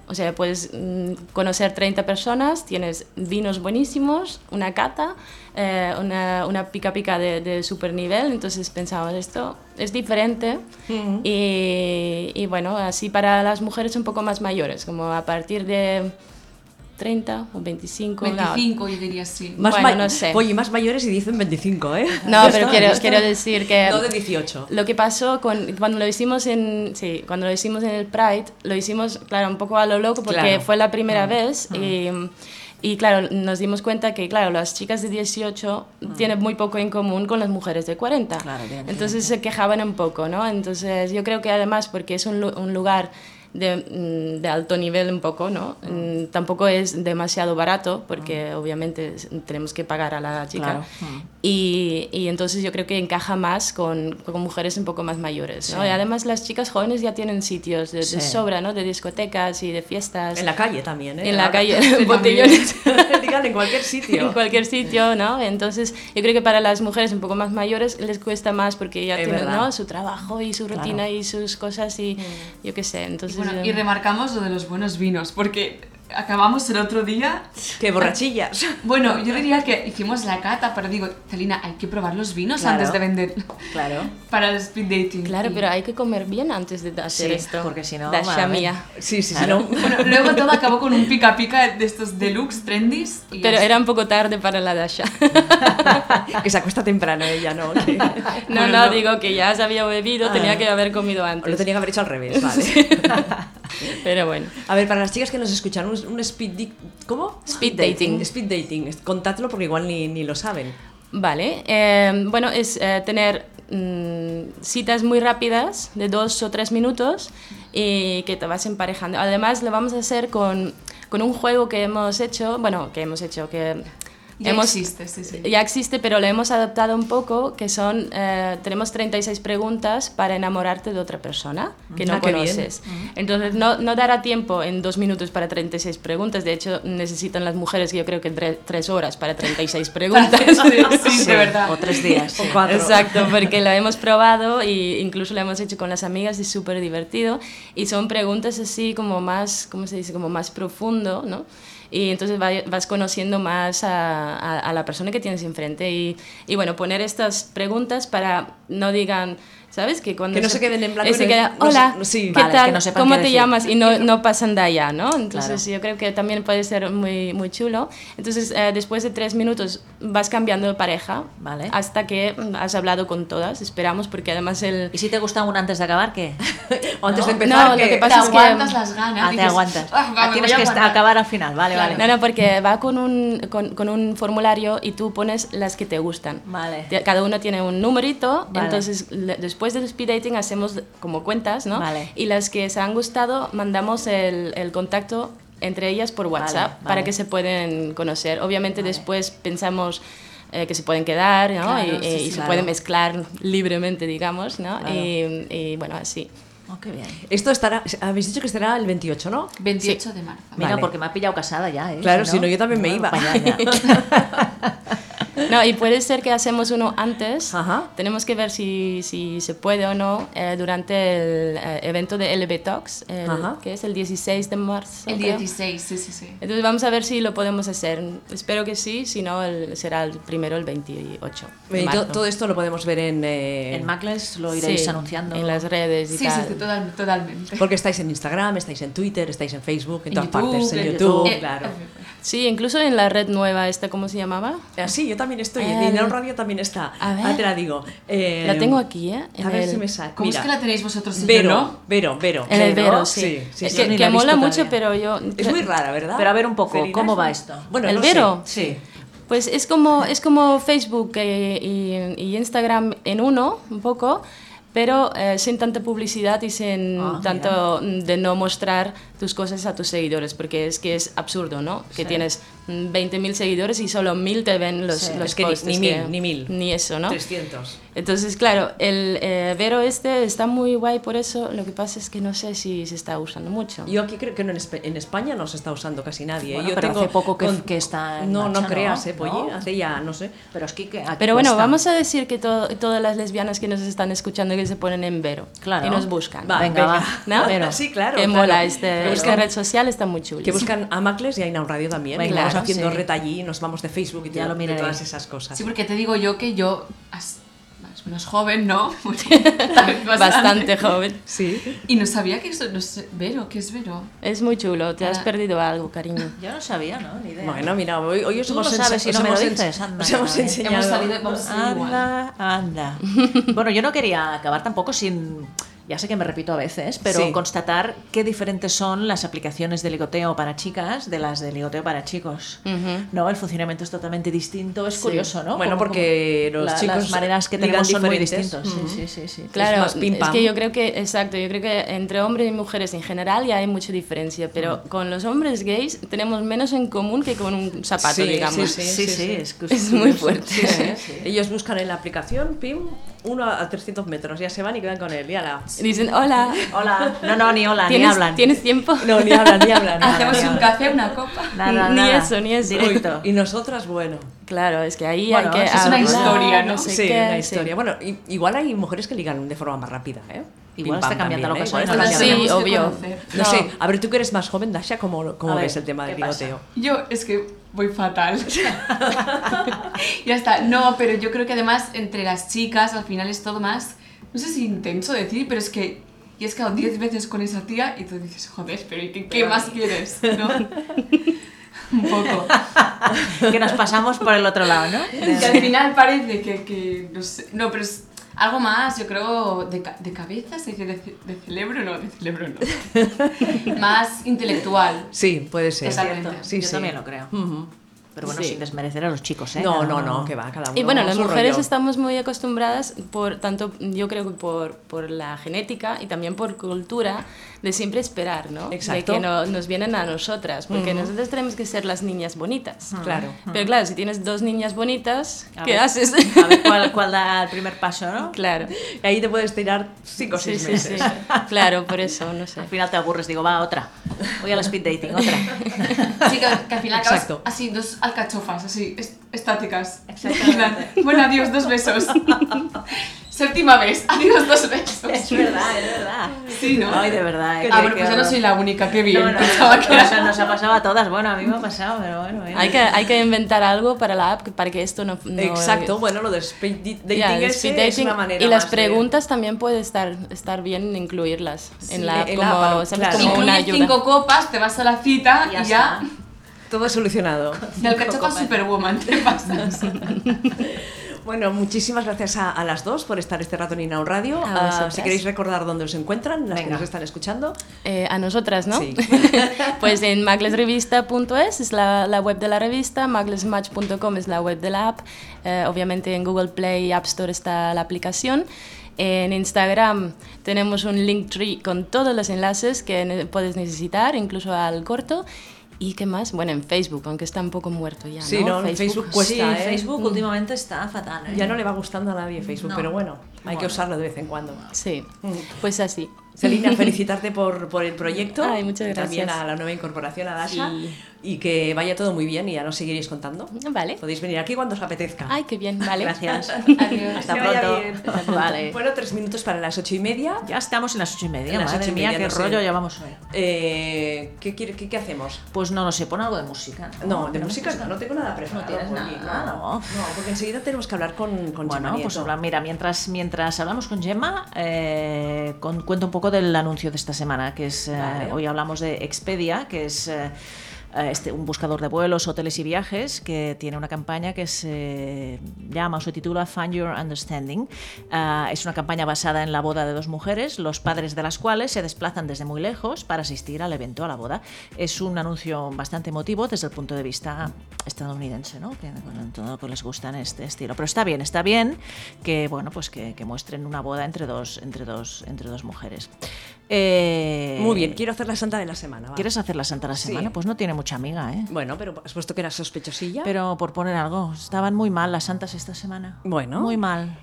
Speaker 3: O sea, puedes mm, conocer 30 personas, tienes vinos buenísimos, una cata, eh, una, una pica pica de, de super nivel. Entonces pensamos, esto es diferente. y, y bueno, así para las mujeres un poco más mayores, como a partir de 30 o 25. no,
Speaker 4: 25, yo diría sí.
Speaker 1: Más
Speaker 3: Bueno,
Speaker 1: may-
Speaker 3: no sé.
Speaker 1: Polly, más mayores y dicen 25, ¿eh?
Speaker 3: No,
Speaker 1: Ya
Speaker 3: pero
Speaker 1: está,
Speaker 3: quiero,
Speaker 1: ya está.
Speaker 3: quiero decir que...
Speaker 1: No de 18.
Speaker 3: Lo que pasó con, cuando lo hicimos en sí, cuando lo hicimos en el Pride, lo hicimos claro un poco a lo loco porque
Speaker 1: Claro. Mm,
Speaker 3: fue la primera vez y, y, claro, nos dimos cuenta que claro, las chicas de 18
Speaker 1: Mm.
Speaker 3: tienen muy poco en común con las mujeres de 40.
Speaker 2: Claro, evidentemente.
Speaker 3: Entonces se quejaban un poco, ¿no? Entonces yo creo que además porque es un, lu- un lugar de, mm, de alto nivel un poco, ¿no? Mm, Tampoco es demasiado barato porque
Speaker 1: Mm.
Speaker 3: obviamente es- tenemos que pagar a la chica.
Speaker 2: Claro.
Speaker 3: Y, y entonces yo creo que encaja más con, con mujeres un poco más mayores, ¿no?
Speaker 2: Sí.
Speaker 3: Y además las chicas jóvenes ya tienen sitios de, de
Speaker 2: Sí.
Speaker 3: sobra, ¿no? De discotecas y de fiestas.
Speaker 1: En la calle también, ¿eh?
Speaker 3: En la
Speaker 1: Ahora-
Speaker 3: calle, botellones.
Speaker 1: Digan, en cualquier sitio.
Speaker 3: en cualquier sitio, ¿no? Entonces, yo creo que para las mujeres un poco más mayores les cuesta más porque ya
Speaker 1: Es
Speaker 3: tienen
Speaker 1: verdad.
Speaker 3: ¿no? su trabajo y su rutina y sus cosas y yo qué sé. Entonces,
Speaker 4: Bueno,
Speaker 3: eh,
Speaker 4: y remarcamos lo de los buenos vinos, porque acabamos el otro día.
Speaker 1: Que borrachillas.
Speaker 4: Bueno, yo diría que hicimos la cata, pero digo, Celina, hay que probar los vinos
Speaker 2: Claro.
Speaker 4: antes de vender
Speaker 2: Claro.
Speaker 4: para el speed dating.
Speaker 3: claro,
Speaker 4: Y-
Speaker 3: pero hay que comer bien antes de hacer
Speaker 2: Sí,
Speaker 3: esto.
Speaker 2: porque si no,
Speaker 3: Da
Speaker 2: madre mía.
Speaker 3: mía.
Speaker 1: Sí, sí,
Speaker 2: Claro.
Speaker 1: sí. no.
Speaker 4: Bueno, luego todo acabó con un pica pica de estos deluxe, trendys. y
Speaker 3: Pero
Speaker 4: ya
Speaker 3: era un poco tarde para la Dasha.
Speaker 1: que se acuesta temprano ella, ¿no? Que-
Speaker 3: No,
Speaker 4: Bueno,
Speaker 3: no,
Speaker 4: no.
Speaker 3: digo que ya se había bebido, tenía que haber comido
Speaker 1: O lo
Speaker 3: antes.
Speaker 1: tenía que haber hecho al revés, vale.
Speaker 3: Pero bueno.
Speaker 1: A ver, para las chicas que nos escuchan, un, un speed... di- ¿Cómo?
Speaker 3: Speed dating.
Speaker 1: Speed dating. Contadlo porque igual ni, ni lo saben.
Speaker 3: Vale, eh, bueno, es eh, tener mm, citas muy rápidas de dos o tres minutos y que te vas emparejando. Además, lo vamos a hacer con, con un juego que hemos hecho, bueno, que hemos hecho, que
Speaker 4: Ya
Speaker 3: hemos,
Speaker 4: existe, sí, sí.
Speaker 3: ya existe, pero lo hemos adaptado un poco, que son, eh, tenemos 36 preguntas para enamorarte de otra persona que no
Speaker 1: Ah, qué bien.
Speaker 3: conoces. Entonces, no, no dará tiempo en dos minutos para 36 preguntas. De hecho, necesitan las mujeres, yo creo que tre- tres horas para 36 preguntas.
Speaker 4: Sí, sí, de verdad.
Speaker 2: O tres días. sí.
Speaker 1: O cuatro.
Speaker 3: Exacto, porque lo hemos probado e incluso lo hemos hecho con las amigas y es súper divertido. Y son preguntas así como más, ¿cómo se dice? Como más profundo, ¿no? Y entonces va- vas conociendo más a, a- a la persona que tienes enfrente. Y, y bueno, poner estas preguntas para no digan, ¿sabes? Que cuando
Speaker 1: Que no se queden en blanco
Speaker 3: y se
Speaker 1: y no-
Speaker 3: queda,
Speaker 1: no se-
Speaker 3: hola,
Speaker 1: no- sí.
Speaker 3: ¿qué
Speaker 2: Vale,
Speaker 3: tal?
Speaker 2: que no sepan
Speaker 3: ¿Cómo
Speaker 2: qué
Speaker 3: te
Speaker 2: decir".
Speaker 3: llamas? Y no, no pasan de allá, ¿no? Entonces yo creo que también puede ser muy, muy chulo. Entonces eh, después de tres minutos vas cambiando de pareja
Speaker 2: Vale.
Speaker 3: hasta que mm, has hablado con todas, esperamos, porque además el...
Speaker 2: ¿Y si te gusta una antes de acabar, qué?
Speaker 1: O antes
Speaker 2: No,
Speaker 1: de empezar,
Speaker 3: no, lo que
Speaker 4: Te
Speaker 3: pasa es que-
Speaker 4: aguantas las ganas.
Speaker 2: Ah, te
Speaker 4: dices,
Speaker 2: aguantas.
Speaker 4: "Ah, va,
Speaker 2: Ah,
Speaker 4: me
Speaker 2: tienes
Speaker 4: voy a
Speaker 2: que
Speaker 4: aguantar".
Speaker 2: acabar al final, vale,
Speaker 4: Claro.
Speaker 3: No,
Speaker 2: vale.
Speaker 3: no, porque va con un, con, con un formulario y tú pones las que te gustan.
Speaker 2: Vale.
Speaker 3: Te- Cada uno tiene un numerito,
Speaker 2: Vale.
Speaker 3: entonces le- después del speed dating hacemos como cuentas, ¿no?
Speaker 2: Vale.
Speaker 3: Y las que se han gustado mandamos el, el contacto entre ellas por WhatsApp
Speaker 2: vale.
Speaker 3: para que se pueden conocer. Obviamente después pensamos eh, que se pueden quedar, ¿no?
Speaker 2: Claro,
Speaker 3: y
Speaker 2: sí,
Speaker 3: y
Speaker 2: sí,
Speaker 3: se
Speaker 2: claro.
Speaker 3: pueden mezclar libremente, digamos, ¿no?
Speaker 2: Claro.
Speaker 3: Y, y bueno, así.
Speaker 2: Oh, qué bien.
Speaker 1: Esto estará... Habéis dicho que estará el 28, ¿no?
Speaker 4: 28 de marzo.
Speaker 2: Mira,
Speaker 1: Vale.
Speaker 2: porque me ha pillado casada ya, ¿eh?
Speaker 1: Claro, si no, yo también me iba.
Speaker 2: pa' allá, ya.
Speaker 3: No, y puede ser que hacemos uno antes.
Speaker 1: Ajá.
Speaker 3: Tenemos que ver si, si se puede o no eh, durante el eh, evento de LB Talks, el-
Speaker 1: Ajá.
Speaker 3: que es el 16 de marzo.
Speaker 4: El
Speaker 3: creo.
Speaker 4: 16, sí, sí, sí.
Speaker 3: Entonces vamos a ver si lo podemos hacer. Espero que sí, si no el- será el primero el 28. de
Speaker 1: Eh, to-
Speaker 3: marzo.
Speaker 1: todo esto lo podemos ver en... eh,
Speaker 2: En Macles lo iréis
Speaker 3: Sí,
Speaker 2: anunciando.
Speaker 3: en las redes y
Speaker 4: Sí, sí,
Speaker 3: tal.
Speaker 4: sí, total- totalmente.
Speaker 1: Porque estáis en Instagram, estáis en Twitter, estáis en Facebook, en,
Speaker 4: En
Speaker 1: todas
Speaker 4: YouTube,
Speaker 1: partes,
Speaker 4: en
Speaker 1: en YouTube,
Speaker 4: Eh,
Speaker 1: claro.
Speaker 3: Sí, incluso en la red nueva, esta, ¿cómo se llamaba?
Speaker 1: Ah, sí, yo también estoy.
Speaker 3: Eh,
Speaker 1: En el radio también está.
Speaker 3: a ver.
Speaker 1: Ah, te la digo. Eh,
Speaker 2: Em,
Speaker 3: la tengo aquí, ¿eh? En
Speaker 1: A ver
Speaker 3: el-
Speaker 1: si me sale.
Speaker 4: ¿Cómo
Speaker 1: Mira,
Speaker 4: es que la tenéis vosotros y yo
Speaker 1: Vero,
Speaker 4: no?
Speaker 1: Vero, Vero.
Speaker 3: en el
Speaker 2: Vero,
Speaker 3: Vero, sí.
Speaker 1: sí, sí,
Speaker 3: Eh,
Speaker 1: sí.
Speaker 3: que
Speaker 2: Ni la
Speaker 3: que
Speaker 2: he visto
Speaker 3: mola mucho,
Speaker 2: todavía.
Speaker 3: pero yo...
Speaker 1: Es muy rara, ¿verdad?
Speaker 2: Pero a ver un poco,
Speaker 1: Celina,
Speaker 2: ¿cómo
Speaker 1: es un-
Speaker 2: va esto?
Speaker 1: Bueno,
Speaker 3: ¿El
Speaker 1: no
Speaker 3: Vero?
Speaker 1: sé. Sí.
Speaker 3: Pues es como, es como Facebook eh, y, y Instagram en uno, un poco, pero eh, sin tanta publicidad y sin
Speaker 2: Ah,
Speaker 3: tanto mm, de no mostrar tus cosas a tus seguidores, porque es que es absurdo, ¿no? Que tienes mm, 20.000 seguidores y solo 1.000 te ven los,
Speaker 2: Sí.
Speaker 3: los
Speaker 1: Es que ni-
Speaker 3: posts,
Speaker 1: ni
Speaker 3: es
Speaker 1: 1.000,
Speaker 3: que-
Speaker 1: ni 1.000.
Speaker 3: Ni eso, ¿no?
Speaker 1: 300.
Speaker 3: Entonces, claro, el eh, Vero este está muy guay por eso, lo que pasa es que no sé si se está usando mucho.
Speaker 1: Yo aquí creo que no en, Espa- en España no se está usando casi nadie. ¿eh?
Speaker 2: Bueno,
Speaker 1: Yo
Speaker 2: pero
Speaker 1: tengo
Speaker 2: hace poco que-
Speaker 1: con-
Speaker 2: que está en
Speaker 1: No,
Speaker 2: marcha,
Speaker 1: no
Speaker 2: ¿no?
Speaker 1: creas, eh, Polly.
Speaker 2: ¿No?
Speaker 1: Hace ya, no sé.
Speaker 2: Pero es que... que aquí
Speaker 3: Pero bueno,
Speaker 2: cuesta.
Speaker 3: vamos a decir que to- todas las lesbianas que nos están escuchando que se ponen en Vero
Speaker 2: Claro.
Speaker 3: y nos buscan.
Speaker 1: Va,
Speaker 2: venga, va.
Speaker 3: ¿No?
Speaker 2: Pero-
Speaker 1: sí, claro.
Speaker 3: que
Speaker 1: claro.
Speaker 3: mola este,
Speaker 1: Que
Speaker 3: esta
Speaker 1: buscan,
Speaker 3: red social, está muy chula.
Speaker 1: que buscan a Macles y a Inaun Radio también.
Speaker 2: Venga,
Speaker 1: y vamos
Speaker 2: claro,
Speaker 1: haciendo
Speaker 2: sí.
Speaker 1: red allí, nos vamos de Facebook y
Speaker 2: Ya
Speaker 1: todo-
Speaker 2: lo
Speaker 1: de
Speaker 2: miraré.
Speaker 1: todas esas cosas.
Speaker 4: Sí, porque te digo yo que yo, as- más o menos joven, ¿no? Pues, Bastante.
Speaker 3: Bastante joven.
Speaker 1: Sí.
Speaker 4: Y no sabía que eso, no sé, Vero, ¿qué es Vero?
Speaker 3: Es muy chulo, te has
Speaker 4: Ah.
Speaker 3: perdido algo, cariño.
Speaker 2: Yo no sabía, ¿no? Ni idea.
Speaker 1: Bueno, mira, hoy, hoy os
Speaker 2: Tú
Speaker 1: hemos
Speaker 2: lo sabes
Speaker 1: ense-
Speaker 2: y no
Speaker 1: os
Speaker 2: me lo
Speaker 1: hemos ens-
Speaker 2: dices, anda, ¿eh?
Speaker 1: os hemos
Speaker 2: vale.
Speaker 1: enseñado.
Speaker 2: Ah,
Speaker 4: Hemos salido, vamos a seguir igual.
Speaker 2: Anda, anda. bueno, yo no quería acabar tampoco sin ya sé que me repito a veces, pero
Speaker 1: Sí.
Speaker 2: constatar qué diferentes son las aplicaciones de ligoteo para chicas de las de ligoteo para chicos.
Speaker 3: Ujú.
Speaker 2: No, el funcionamiento es totalmente distinto, es
Speaker 3: Sí.
Speaker 2: curioso, ¿no?
Speaker 1: Bueno,
Speaker 2: Cómo-
Speaker 1: porque
Speaker 2: cómo
Speaker 1: los
Speaker 2: las
Speaker 1: chicos
Speaker 2: maneras que
Speaker 1: ligan
Speaker 2: tenemos son muy
Speaker 1: diferentes.
Speaker 2: distintas. Sí,
Speaker 1: Ujú.
Speaker 2: sí, sí, sí.
Speaker 3: Claro,
Speaker 1: más pim,
Speaker 3: es
Speaker 1: pam.
Speaker 3: que yo creo que, exacto, yo creo que entre hombres y mujeres en general ya hay mucha diferencia, pero
Speaker 1: Mm.
Speaker 3: con los hombres gays tenemos menos en común que con un zapato,
Speaker 1: Sí,
Speaker 3: digamos.
Speaker 2: Sí,
Speaker 1: Sí,
Speaker 2: sí,
Speaker 1: sí, sí.
Speaker 2: es, que
Speaker 3: Es muy
Speaker 2: curioso.
Speaker 3: fuerte.
Speaker 2: Sí, sí, sí.
Speaker 1: ¿eh? Ellos buscan en la aplicación, pim, uno a 300 metros, ya se van y quedan con él, y ala.
Speaker 3: Dicen, hola,
Speaker 2: Hola. No, no, ni hola, ni
Speaker 3: ¿tienes,
Speaker 2: hablan.
Speaker 3: ¿tienes tiempo?
Speaker 1: No, ni hablan, ni hablan. nada,
Speaker 4: Hacemos
Speaker 1: ni
Speaker 4: un
Speaker 1: hablan.
Speaker 4: café, una copa.
Speaker 2: Nada,
Speaker 3: Ni
Speaker 2: nada.
Speaker 3: eso, ni eso.
Speaker 2: Directo.
Speaker 1: Y nosotras, bueno.
Speaker 3: Claro, es que ahí
Speaker 2: Bueno,
Speaker 3: hay que
Speaker 2: eso es
Speaker 4: una
Speaker 3: hablar,
Speaker 4: historia, ¿no?
Speaker 3: sé
Speaker 1: sí,
Speaker 3: qué,
Speaker 1: una
Speaker 3: sí.
Speaker 1: historia. Bueno, i- igual hay mujeres que ligan de forma más rápida, ¿eh? Pim,
Speaker 2: Igual está
Speaker 1: pam,
Speaker 2: cambiando la
Speaker 1: también, ¿eh?
Speaker 2: cosa,
Speaker 1: Igual
Speaker 2: ¿no?
Speaker 1: está
Speaker 2: Sí,
Speaker 1: cambiando.
Speaker 4: Tenemos que
Speaker 3: obvio.
Speaker 4: conocer.
Speaker 1: No,
Speaker 3: No.
Speaker 1: sé, a ver, tú que eres más joven, Dasha, ¿cómo, cómo
Speaker 2: A
Speaker 1: ves
Speaker 2: ver,
Speaker 1: el tema del
Speaker 2: ¿qué pasa?
Speaker 1: ligoteo?
Speaker 4: Yo es que voy fatal. ya está. No, pero yo creo que además entre las chicas al final es todo más, no sé si intenso decir, pero es que y has quedado 10 veces con esa tía y tú dices, joder, pero ¿y ¿qué, qué más quieres? ¿No? Un poco.
Speaker 2: Que nos pasamos por el otro lado, ¿no?
Speaker 4: Que al final parece que, que, no sé, no, pero es algo más, yo creo, de, ca- de cabeza, se dice, de, ce- de cerebro, no, de cerebro no. más intelectual.
Speaker 1: Sí, puede ser.
Speaker 4: Totalmente.
Speaker 1: Sí,
Speaker 2: Yo
Speaker 1: sí.
Speaker 2: también lo creo.
Speaker 1: Ujú.
Speaker 2: Pero bueno,
Speaker 3: Sí.
Speaker 2: sin desmerecer a los chicos, ¿eh?
Speaker 1: No, no, no, que va, cada uno.
Speaker 3: Y bueno, las
Speaker 1: su
Speaker 3: mujeres
Speaker 1: rollo.
Speaker 3: estamos muy acostumbradas, por tanto, yo creo que por, por la genética y también por cultura, de siempre esperar, ¿no?
Speaker 1: Exacto.
Speaker 3: De que no- nos vienen a nosotras, porque nosotras tenemos que ser las niñas bonitas.
Speaker 1: Claro.
Speaker 3: Pero claro, si tienes dos niñas bonitas,
Speaker 2: A
Speaker 3: ¿qué
Speaker 2: ver.
Speaker 3: haces?
Speaker 2: A ver cuál, cuál da el primer paso, ¿no?
Speaker 3: claro.
Speaker 1: Y ahí te puedes tirar cinco o
Speaker 3: Sí,
Speaker 1: seis
Speaker 3: sí,
Speaker 1: meses.
Speaker 3: sí. Claro, por eso, no sé.
Speaker 2: Al final te aburres, digo, va, otra. Voy al speed dating, otra.
Speaker 4: Sí, que, que al final acabas
Speaker 1: Exacto.
Speaker 4: así, dos alcachofas, así, est- estáticas. En plan, Bueno, adiós, dos besos. Séptima vez, adiós, dos besos.
Speaker 2: Es verdad, es verdad.
Speaker 4: Sí, ¿no?
Speaker 2: Ay, de verdad. ¿eh?
Speaker 4: Ah,
Speaker 2: Qué-
Speaker 4: bueno,
Speaker 2: qué
Speaker 4: pues yo no
Speaker 2: horror.
Speaker 4: soy la única, qué bien.
Speaker 2: No, no,
Speaker 4: Pensaba que
Speaker 2: nos,
Speaker 4: era-
Speaker 2: nos ha pasado a todas. Bueno, a mí me ha pasado, pero bueno. eh. bien.
Speaker 3: Hay que, hay que inventar algo para la app para que esto no... no-
Speaker 1: Exacto, bueno, lo de speed di- dating,
Speaker 3: Ya, el
Speaker 1: ese
Speaker 3: speed
Speaker 1: es
Speaker 3: dating
Speaker 1: una manera
Speaker 3: y las
Speaker 1: más de-
Speaker 3: preguntas también puede estar, estar bien incluirlas
Speaker 1: Sí,
Speaker 3: en la app
Speaker 1: en
Speaker 3: como,
Speaker 1: la app,
Speaker 3: ¿sabes?
Speaker 1: claro.
Speaker 3: como una
Speaker 4: Incluyes
Speaker 3: ayuda.
Speaker 4: cinco copas, te vas a la cita y ya,
Speaker 2: Ya está.
Speaker 1: Todo solucionado.
Speaker 4: de alcachofa
Speaker 2: copas.
Speaker 4: superwoman te pasas.
Speaker 1: Bueno, muchísimas gracias a, a las dos por estar este rato en Inau Radio.
Speaker 3: A
Speaker 1: Ah,
Speaker 3: vosotras.
Speaker 1: si queréis recordar dónde os encuentran, las que
Speaker 2: Venga.
Speaker 1: nos están escuchando.
Speaker 3: Eh, a nosotras, ¿no?
Speaker 1: Sí.
Speaker 3: pues en maglesrevista.es es la, la web de la revista, maglesmatch.com es la web de la app, eh, obviamente en Google Play y App Store está la aplicación. En Instagram tenemos un link tree con todos los enlaces que ne- puedes necesitar, incluso al corto. ¿Y qué más? Bueno, en Facebook, aunque está un poco muerto ya.
Speaker 1: Sí,
Speaker 3: ¿no?
Speaker 1: ¿no? En Facebook
Speaker 2: sí,
Speaker 1: cuesta, ¿eh?
Speaker 2: Facebook últimamente está fatal. ¿eh?
Speaker 1: Ya no le va gustando a nadie Facebook, pero bueno, hay que usarlo de vez en cuando.
Speaker 3: Sí, pues así.
Speaker 1: Celina, felicitarte por, por el proyecto.
Speaker 3: Ay, muchas gracias.
Speaker 1: También a la nueva incorporación, a Dasha.
Speaker 3: Sí.
Speaker 1: Y que vaya todo muy bien y ya nos seguiréis contando.
Speaker 3: Vale.
Speaker 1: Podéis venir aquí cuando os apetezca.
Speaker 3: Ay, qué bien, vale.
Speaker 2: Gracias.
Speaker 4: Adiós.
Speaker 2: Hasta
Speaker 1: Que vaya
Speaker 2: pronto.
Speaker 1: bien.
Speaker 2: Hasta pronto. Vale.
Speaker 1: Bueno, tres minutos para las ocho y media.
Speaker 2: Ya estamos en las ocho y media.
Speaker 1: En las
Speaker 2: madre
Speaker 1: ocho y
Speaker 2: mía,
Speaker 1: media,
Speaker 2: qué
Speaker 1: no sé.
Speaker 2: rollo llevamos hoy.
Speaker 1: Eh, ¿qué, quiere- qué, qué hacemos?
Speaker 2: Pues no lo sé, pon algo de música.
Speaker 1: No, de música no, no tengo nada preparado.
Speaker 2: No tienes
Speaker 1: por
Speaker 2: nada,
Speaker 1: mí,
Speaker 2: no.
Speaker 1: No, porque enseguida tenemos que hablar con, con
Speaker 2: Bueno,
Speaker 1: Chema
Speaker 2: pues
Speaker 1: Nieto.
Speaker 2: habla- mira, mientras, mientras hablamos con Gemma, eh, con- cuento un poco del anuncio de esta semana, que es, eh,
Speaker 1: Vale.
Speaker 2: hoy hablamos de Expedia, que es... eh, eh, este, un buscador de vuelos, hoteles y viajes que tiene una campaña que se llama o se titula Find Your Understanding. Ah, es una campaña basada en la boda de dos mujeres, los padres de las cuales se desplazan desde muy lejos para asistir al evento, a la boda. Es un anuncio bastante emotivo desde el punto de vista estadounidense, ¿no? Que bueno, todo pues, les gustan este estilo. Pero está bien, está bien que bueno, pues que, que muestren una boda entre dos, entre dos, entre dos mujeres. Eh,
Speaker 1: Muy bien, quiero hacer la santa de la semana. va.
Speaker 2: ¿Quieres hacer la Santa la semana? Pues no tiene mucha amiga, ¿eh?
Speaker 1: Bueno, pero has puesto que era sospechosilla.
Speaker 2: Pero por poner algo, estaban muy mal las santas esta semana.
Speaker 1: Bueno.
Speaker 2: Muy mal.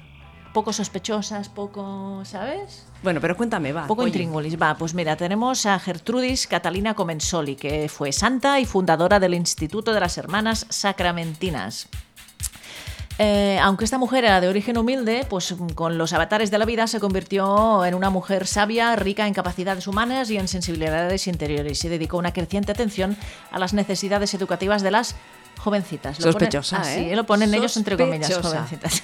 Speaker 2: Poco sospechosas, poco, ¿sabes?
Speaker 1: Bueno, pero cuéntame, va.
Speaker 2: Poco
Speaker 1: oye.
Speaker 2: intríngulis. Va, pues mira, tenemos a Gertrudis Catalina Comensoli, que fue santa y fundadora del Instituto de las Hermanas Sacramentinas. Eh, aunque esta mujer era de origen humilde, pues mm, con los avatares de la vida se convirtió en una mujer sabia, rica en capacidades humanas y en sensibilidades interiores y dedicó una creciente atención a las necesidades educativas de las jovencitas. Lo pone- ah,
Speaker 1: Sospechosa,
Speaker 2: así,
Speaker 1: ¿eh?
Speaker 2: lo ponen ellos entre comillas,
Speaker 1: Sospechosa.
Speaker 2: jovencitas.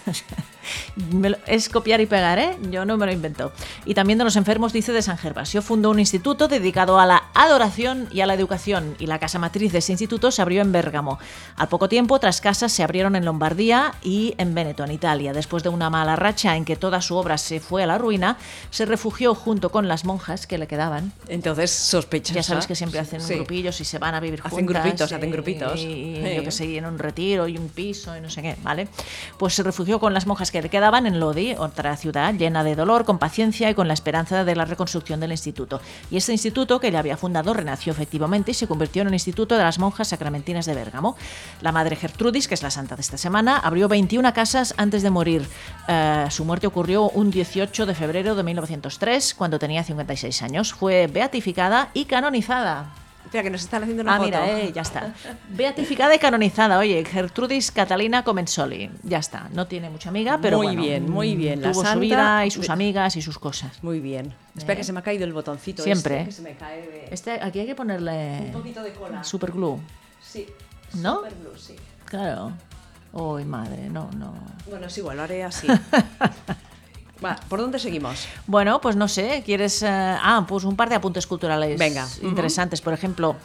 Speaker 2: Me lo- es copiar y pegar, ¿eh? Yo no me lo invento. Y también de los enfermos dice de San Gervasio. Fundó un instituto dedicado a la adoración y a la educación y la casa matriz de ese instituto se abrió en Bérgamo. Al poco tiempo otras casas se abrieron en Lombardía y en Veneto, en Italia. Después de una mala racha en que toda su obra se fue a la ruina, se refugió junto con las monjas que le quedaban
Speaker 1: Entonces sospechas.
Speaker 2: ya sabes
Speaker 1: ¿ah?
Speaker 2: que siempre hacen
Speaker 1: Sí.
Speaker 2: grupillos y se van a vivir
Speaker 1: Hacen
Speaker 2: juntas.
Speaker 1: grupitos,
Speaker 2: y-
Speaker 1: hacen grupitos.
Speaker 2: Y,
Speaker 1: Sí.
Speaker 2: yo que sé, y en un retiro y un piso y no sé qué, ¿vale? Pues se refugió con las monjas que le quedaban en Lodi, otra ciudad llena de dolor, con paciencia y con la esperanza de la reconstrucción del instituto. Y este instituto que le había fundado renació efectivamente y se convirtió en un instituto de las monjas sacramentinas de Bérgamo. La madre Gertrudis, que es la santa de esta semana, abrió 21 casas antes de morir. Eh, su muerte ocurrió un 18 de febrero de 1903, cuando tenía 56 años. Fue beatificada y canonizada.
Speaker 1: Espera, que nos están haciendo una
Speaker 2: Ah,
Speaker 1: foto.
Speaker 2: mira, eh, ya está. Beatificada y canonizada, oye, Gertrudis Catalina Comensoli. Ya está, no tiene mucha amiga, pero
Speaker 1: Muy
Speaker 2: bueno,
Speaker 1: bien, muy bien, la
Speaker 2: Tuvo su
Speaker 1: santa-
Speaker 2: vida y sus amigas y sus cosas.
Speaker 1: Muy bien. Espera, que se me ha caído el botoncito.
Speaker 2: Eh. Siempre. eh.
Speaker 1: este, que se me cae de-
Speaker 2: Este, aquí hay que ponerle
Speaker 1: Un poquito de cola.
Speaker 2: superglue,
Speaker 1: Sí.
Speaker 2: ¿No?
Speaker 1: Superglue, sí.
Speaker 2: claro. Uy, madre, no, no.
Speaker 1: Bueno, es igual, lo haré así. Va, ¿por dónde seguimos?
Speaker 2: Bueno, pues no sé, ¿quieres...? eh, ah, pues un par de apuntes culturales
Speaker 1: Venga.
Speaker 2: interesantes. Por ejemplo,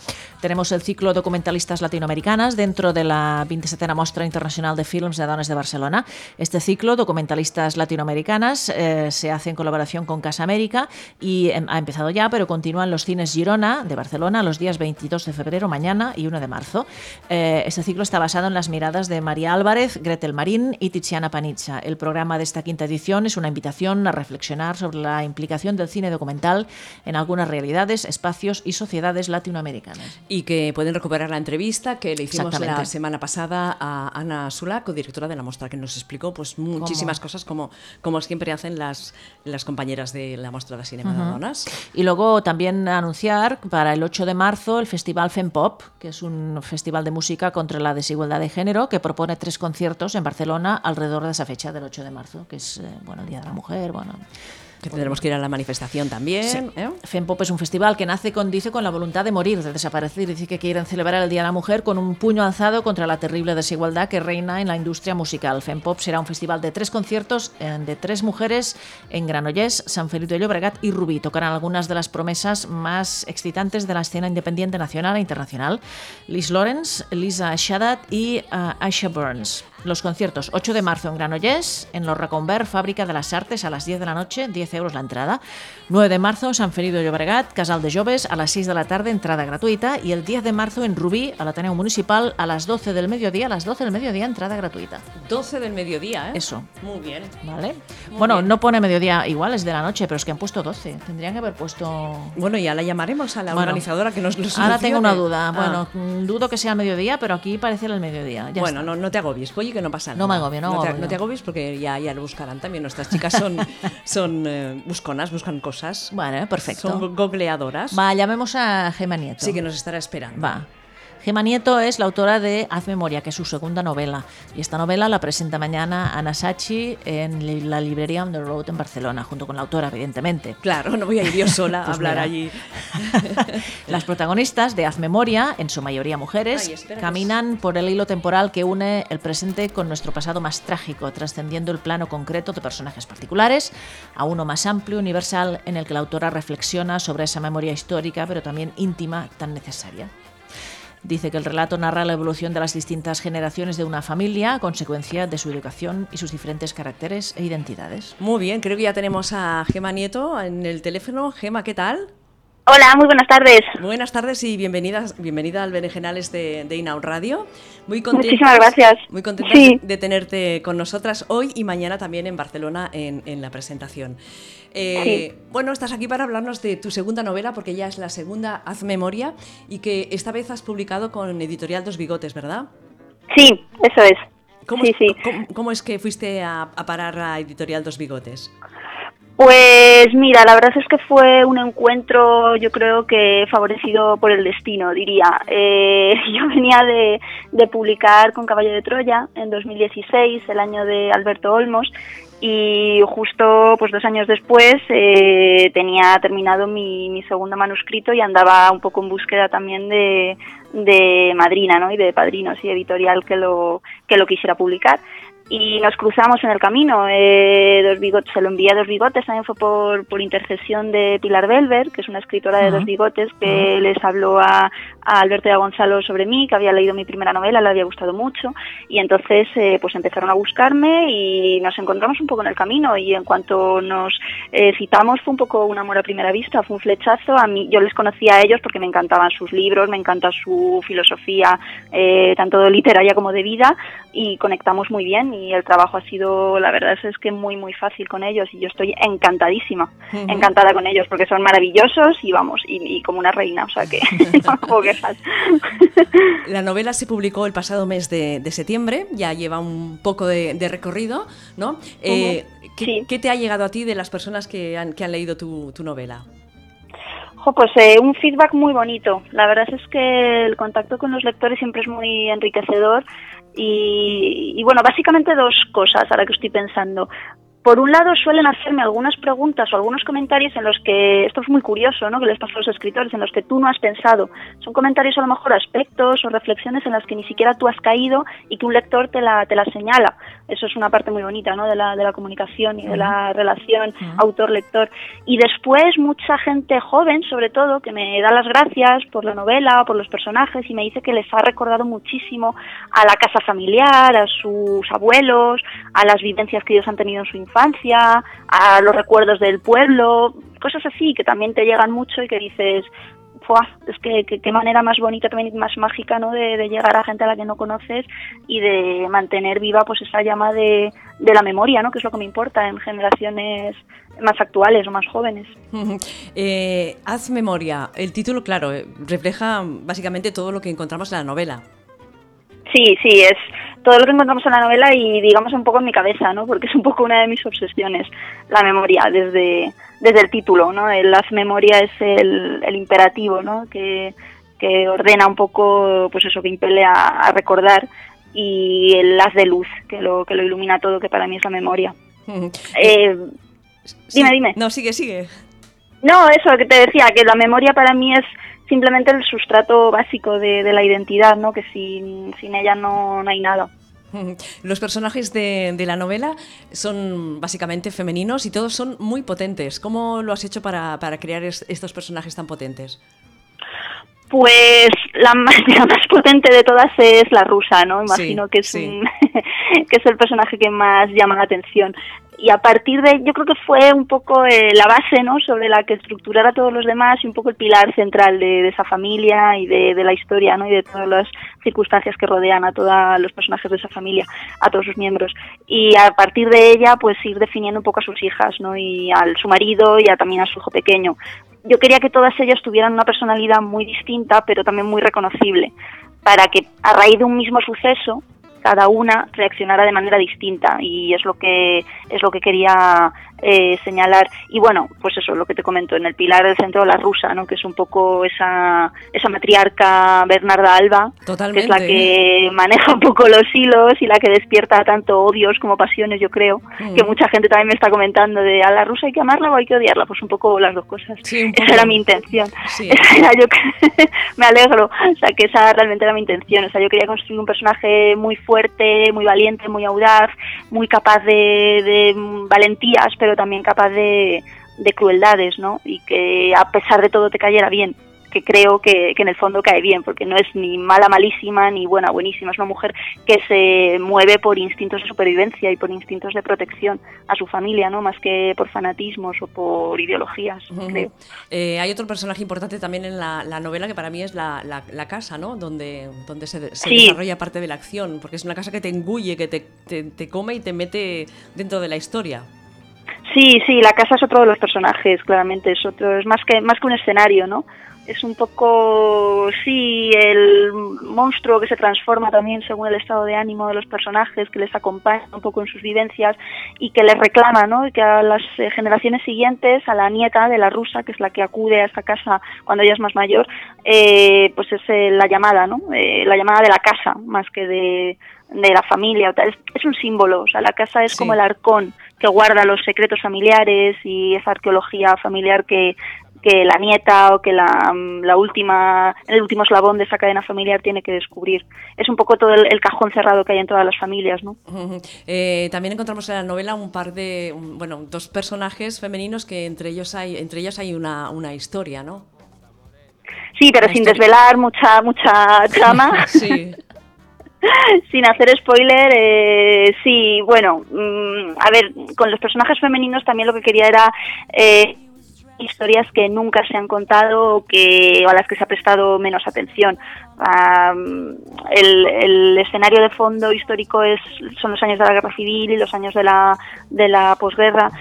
Speaker 2: tenemos el ciclo Documentalistas Latinoamericanas dentro de la 27 Mostra Internacional de Films de Dones de Barcelona. Este ciclo, Documentalistas Latinoamericanas, eh, se hace en colaboración con Casa América y em, ha empezado ya, pero continúan los cines Girona de Barcelona los días 22 de febrero, mañana y 1 de marzo. Eh, este ciclo está basado en las miradas de María Álvarez, Gretel Marín y Tiziana Panizza. El programa de esta quinta edición es una invitación a reflexionar sobre la implicación del cine documental en algunas realidades, espacios y sociedades latinoamericanas.
Speaker 1: Y que pueden recuperar la entrevista que le hicimos la
Speaker 2: Exactamente.
Speaker 1: semana pasada a Ana Sula, codirectora de la muestra, que nos explicó pues muchísimas cosas como, como siempre hacen las, las compañeras de la muestra de Cinema de Donas.
Speaker 2: Y luego también anunciar para el 8 de marzo el Festival FEMPOP, que es un festival de música contra la desigualdad de género que propone tres conciertos en Barcelona alrededor de esa fecha del 8 de marzo, que es eh, bueno, el Día de la Mujer, bueno,
Speaker 1: Que tendremos que ir a la manifestación también. ¿eh?
Speaker 2: FEMPOP es un festival que nace con, dice, con la voluntad de morir, de desaparecer. Dice que quieren celebrar el Día de la Mujer con un puño alzado contra la terrible desigualdad que reina en la industria musical. FEMPOP será un festival de tres conciertos eh, de tres mujeres en Granollers, San Felipe de Llobregat y Rubí. Tocarán algunas de las promesas más excitantes de la escena independiente nacional e internacional. Liz Lawrence, Lisa Shadat y eh, Aisha Burns. Los conciertos 8 de marzo en Granollers, en los Reconver, Fábrica de las Artes, a las 10 de la noche, 10 euros la entrada. 9 de marzo, San Feliu de Llobregat, Casal de Joves, a las 6 de la tarde, entrada gratuita. Y el 10 de marzo en Rubí, al Ateneo Municipal, a las 12 del mediodía, a las 12 del mediodía, entrada gratuita.
Speaker 1: 12 del mediodía, ¿eh?
Speaker 2: Eso.
Speaker 1: Muy bien.
Speaker 2: ¿Vale? bueno, no pone mediodía igual, es de la noche, pero es que han puesto 12. Tendrían que haber puesto
Speaker 1: Bueno, ya la llamaremos a la
Speaker 2: Bueno.
Speaker 1: organizadora que nos lo
Speaker 2: Ahora
Speaker 1: solucione.
Speaker 2: tengo una duda.
Speaker 1: Ah.
Speaker 2: Bueno, mm, dudo que sea al mediodía, pero aquí parece el mediodía. Ya
Speaker 1: bueno,
Speaker 2: está.
Speaker 1: no, no te agobies, oye, que no pasa nada.
Speaker 2: No me agobio, no
Speaker 1: te,
Speaker 2: agobio.
Speaker 1: te agobies porque ya, ya lo buscarán también. Nuestras chicas son, son eh, busconas, buscan cosas.
Speaker 2: Bueno, perfecto.
Speaker 1: Son go- googleadoras.
Speaker 2: Va, llamemos a Gema Nieto.
Speaker 1: Sí, que nos estará esperando.
Speaker 2: Va. Gema Nieto es la autora de Haz Memoria, que es su segunda novela. Y esta novela la presenta mañana Ana Sachi en li- la librería On the Road en Barcelona, junto con la autora, evidentemente.
Speaker 1: Claro, no voy a ir yo sola a
Speaker 2: Pues
Speaker 1: hablar
Speaker 2: mira.
Speaker 1: allí.
Speaker 2: Las protagonistas de Haz Memoria, en su mayoría mujeres,
Speaker 1: Ay, espera que
Speaker 2: caminan por el hilo temporal que une el presente con nuestro pasado más trágico, trascendiendo el plano concreto de personajes particulares a uno más amplio, universal, en el que la autora reflexiona sobre esa memoria histórica, pero también íntima, tan necesaria. Dice que el relato narra la evolución de las distintas generaciones de una familia, a consecuencia de su educación y sus diferentes caracteres e identidades.
Speaker 1: Muy bien, creo que ya tenemos a Gema Nieto en el teléfono. Gema, ¿qué tal?
Speaker 5: Hola, muy buenas tardes.
Speaker 1: Buenas tardes y bienvenidas, bienvenida al Berenjenales de, de Inaun Radio. Muy
Speaker 5: Muchísimas gracias.
Speaker 1: Muy contenta
Speaker 5: Sí.
Speaker 1: de tenerte con nosotras hoy y mañana también en Barcelona en, en la presentación. Eh, Bueno, estás aquí para hablarnos de tu segunda novela, porque ya es la segunda, Haz Memoria, y que esta vez has publicado con Editorial Dos Bigotes, ¿verdad?
Speaker 5: Sí, eso es.
Speaker 1: ¿Cómo,
Speaker 5: sí,
Speaker 1: es,
Speaker 5: sí.
Speaker 1: cómo- cómo es que fuiste a, a parar a Editorial Dos Bigotes?
Speaker 5: Pues mira, la verdad es que fue un encuentro, yo creo que favorecido por el destino, diría. Eh, yo venía de, de publicar con Caballo de Troya en 2016, el año de Alberto Olmos, y justo pues dos años después eh, tenía terminado mi, mi segundo manuscrito y andaba un poco en búsqueda también de, de madrina, ¿no? Y de padrinos y editorial que lo que lo quisiera publicar. y nos cruzamos en el camino. Eh, dos bigotes, se lo envía a Dos Bigotes, también fue por, por intercesión de Pilar Belver, que es una escritora de Dos Bigotes, que les habló a, a Alberto y a Gonzalo sobre mí, que había leído mi primera novela, le había gustado mucho, y entonces eh, pues empezaron a buscarme y nos encontramos un poco en el camino y en cuanto nos eh, citamos fue un poco un amor a primera vista, fue un flechazo. A mí, yo les conocía a ellos porque me encantaban sus libros, me encanta su filosofía, eh, tanto literaria como de vida, y conectamos muy bien y el trabajo ha sido, la verdad es que muy, muy fácil con ellos y yo estoy encantadísima, encantada con ellos porque son maravillosos y vamos, y, y como una reina, o sea que no me puedo quejar.
Speaker 1: La novela se publicó el pasado mes de, de septiembre, ya lleva un poco de, de recorrido, ¿no? Eh, ¿qué,
Speaker 5: Sí.
Speaker 1: qué te ha llegado a ti de las personas que han, que han leído tu, tu novela?
Speaker 5: Jo, pues eh, un feedback muy bonito. La verdad es que el contacto con los lectores siempre es muy enriquecedor y, y, bueno, básicamente dos cosas ahora que estoy pensando. Por un lado suelen hacerme algunas preguntas o algunos comentarios en los que, esto es muy curioso, ¿no? Que les pasa a los escritores, en los que tú no has pensado. Son comentarios a lo mejor aspectos o reflexiones en las que ni siquiera tú has caído y que un lector te la, te la señala. Eso es una parte muy bonita, ¿no? De la, de la comunicación y de la relación autor-lector. Y después mucha gente joven, sobre todo, que me da las gracias por la novela, por los personajes y me dice que les ha recordado muchísimo a la casa familiar, a sus abuelos, a las vivencias que ellos han tenido en su infancia, a los recuerdos del pueblo, cosas así que también te llegan mucho y que dices, ¡Fua! Es que que- qué manera más bonita, también más mágica, ¿no? De, de llegar a gente a la que no conoces y de mantener viva pues esa llama de, de la memoria, ¿no? Que es lo que me importa en generaciones más actuales o más jóvenes.
Speaker 1: Eh, haz memoria. El título, claro, eh, refleja básicamente todo lo que encontramos en la novela.
Speaker 5: Sí, sí, es todo lo que encontramos en la novela y digamos un poco en mi cabeza, ¿no? Porque es un poco una de mis obsesiones, la memoria, desde, desde el título, ¿no? El haz memoria es el, el imperativo, ¿no? Que, que ordena un poco, pues eso, que impele a, a recordar y el haz de luz, que lo, que lo ilumina todo, que para mí es la memoria. Eh,
Speaker 1: Sí.
Speaker 5: dime.
Speaker 1: No, sigue, sigue.
Speaker 5: no, eso que te decía, que la memoria para mí es simplemente el sustrato básico de, de la identidad, ¿no? Que sin, sin ella no, no hay nada.
Speaker 1: Los personajes de, de la novela son básicamente femeninos y todos son muy potentes. ¿Cómo lo has hecho para, para crear es- estos personajes tan potentes?
Speaker 5: Pues la más, la más potente de todas es la rusa, ¿no? Imagino
Speaker 1: Sí,
Speaker 5: que, es
Speaker 1: sí.
Speaker 5: un- que es el personaje que más llama la atención. Y a partir de, yo creo que fue un poco eh, la base, ¿no? Sobre la que estructurar a todos los demás y un poco el pilar central de, de esa familia y de, de la historia, ¿no? Y de todas las circunstancias que rodean a todos los personajes de esa familia, a todos sus miembros. Y a partir de ella, pues ir definiendo un poco a sus hijas, ¿no? Y al su marido y a, también a su hijo pequeño yo quería que todas ellas tuvieran una personalidad muy distinta, pero también muy reconocible, para que a raíz de un mismo suceso cada una reaccionara de manera distinta y es lo que es lo que quería eh, señalar y bueno pues eso lo que te comento en el pilar del centro la rusa no que es un poco esa esa matriarca Bernarda Alba que es la
Speaker 1: Totalmente.
Speaker 5: que maneja un poco los hilos y la que despierta tanto odios como pasiones yo creo
Speaker 1: Mm.
Speaker 5: que mucha gente también me está comentando de a la rusa hay que amarla o hay que odiarla pues un poco las dos cosas
Speaker 1: Sí, un poco.
Speaker 5: esa era mi intención.
Speaker 1: Sí.
Speaker 5: Esa era yo que- me alegro. O sea, que esa realmente era mi intención. O sea, yo quería construir un personaje muy fuerte, muy valiente, muy audaz, muy capaz de, de, mm, valentías, pero también capaz de, de crueldades, ¿no? Y que a pesar de todo te cayera bien que creo que, que en el fondo cae bien, porque no es ni mala, malísima, ni buena, buenísima. Es una mujer que se mueve por instintos de supervivencia y por instintos de protección a su familia, ¿no? Más que por fanatismos o por ideologías,
Speaker 1: Ujú.
Speaker 5: creo.
Speaker 1: Eh, hay otro personaje importante también en la, la novela que para mí es la, la- la casa, ¿no? Donde, donde se, de- se
Speaker 5: Sí.
Speaker 1: desarrolla parte de la acción, porque es una casa que te engulle, que te, te- te come y te mete dentro de la historia.
Speaker 5: Sí, sí, la casa es otro de los personajes, claramente, es otro, es más que más que un escenario, ¿no? Es un poco, sí, el monstruo que se transforma también según el estado de ánimo de los personajes, que les acompaña un poco en sus vivencias y que les reclama, ¿no? Y que a las eh, generaciones siguientes, a la nieta de la rusa, que es la que acude a esta casa cuando ella es más mayor, eh, pues es eh, la llamada, ¿no? Eh, la llamada de la casa, más que de, de la familia. o tal. Es, es un símbolo, o sea, la casa es
Speaker 1: Sí.
Speaker 5: como el arcón que guarda los secretos familiares y esa arqueología familiar que que la nieta o que la, mm, la última, el último eslabón de esa cadena familiar tiene que descubrir. Es un poco todo el, el cajón cerrado que hay en todas las familias, ¿no?
Speaker 1: Ujú. Eh, también encontramos en la novela un par de, un- bueno, dos personajes femeninos que entre ellos hay, entre ellas hay una, una historia, ¿no?
Speaker 5: Sí, pero
Speaker 1: Una
Speaker 5: sin
Speaker 1: historia.
Speaker 5: desvelar mucha, mucha trama.
Speaker 1: Sí.
Speaker 5: sin hacer spoiler, eh, sí, bueno, mm, a ver, con los personajes femeninos también lo que quería era eh, historias que nunca se han contado o, que, o a las que se ha prestado menos atención. Ah, el, el escenario de fondo histórico es, son los años de la guerra civil y los años de la, de la posguerra,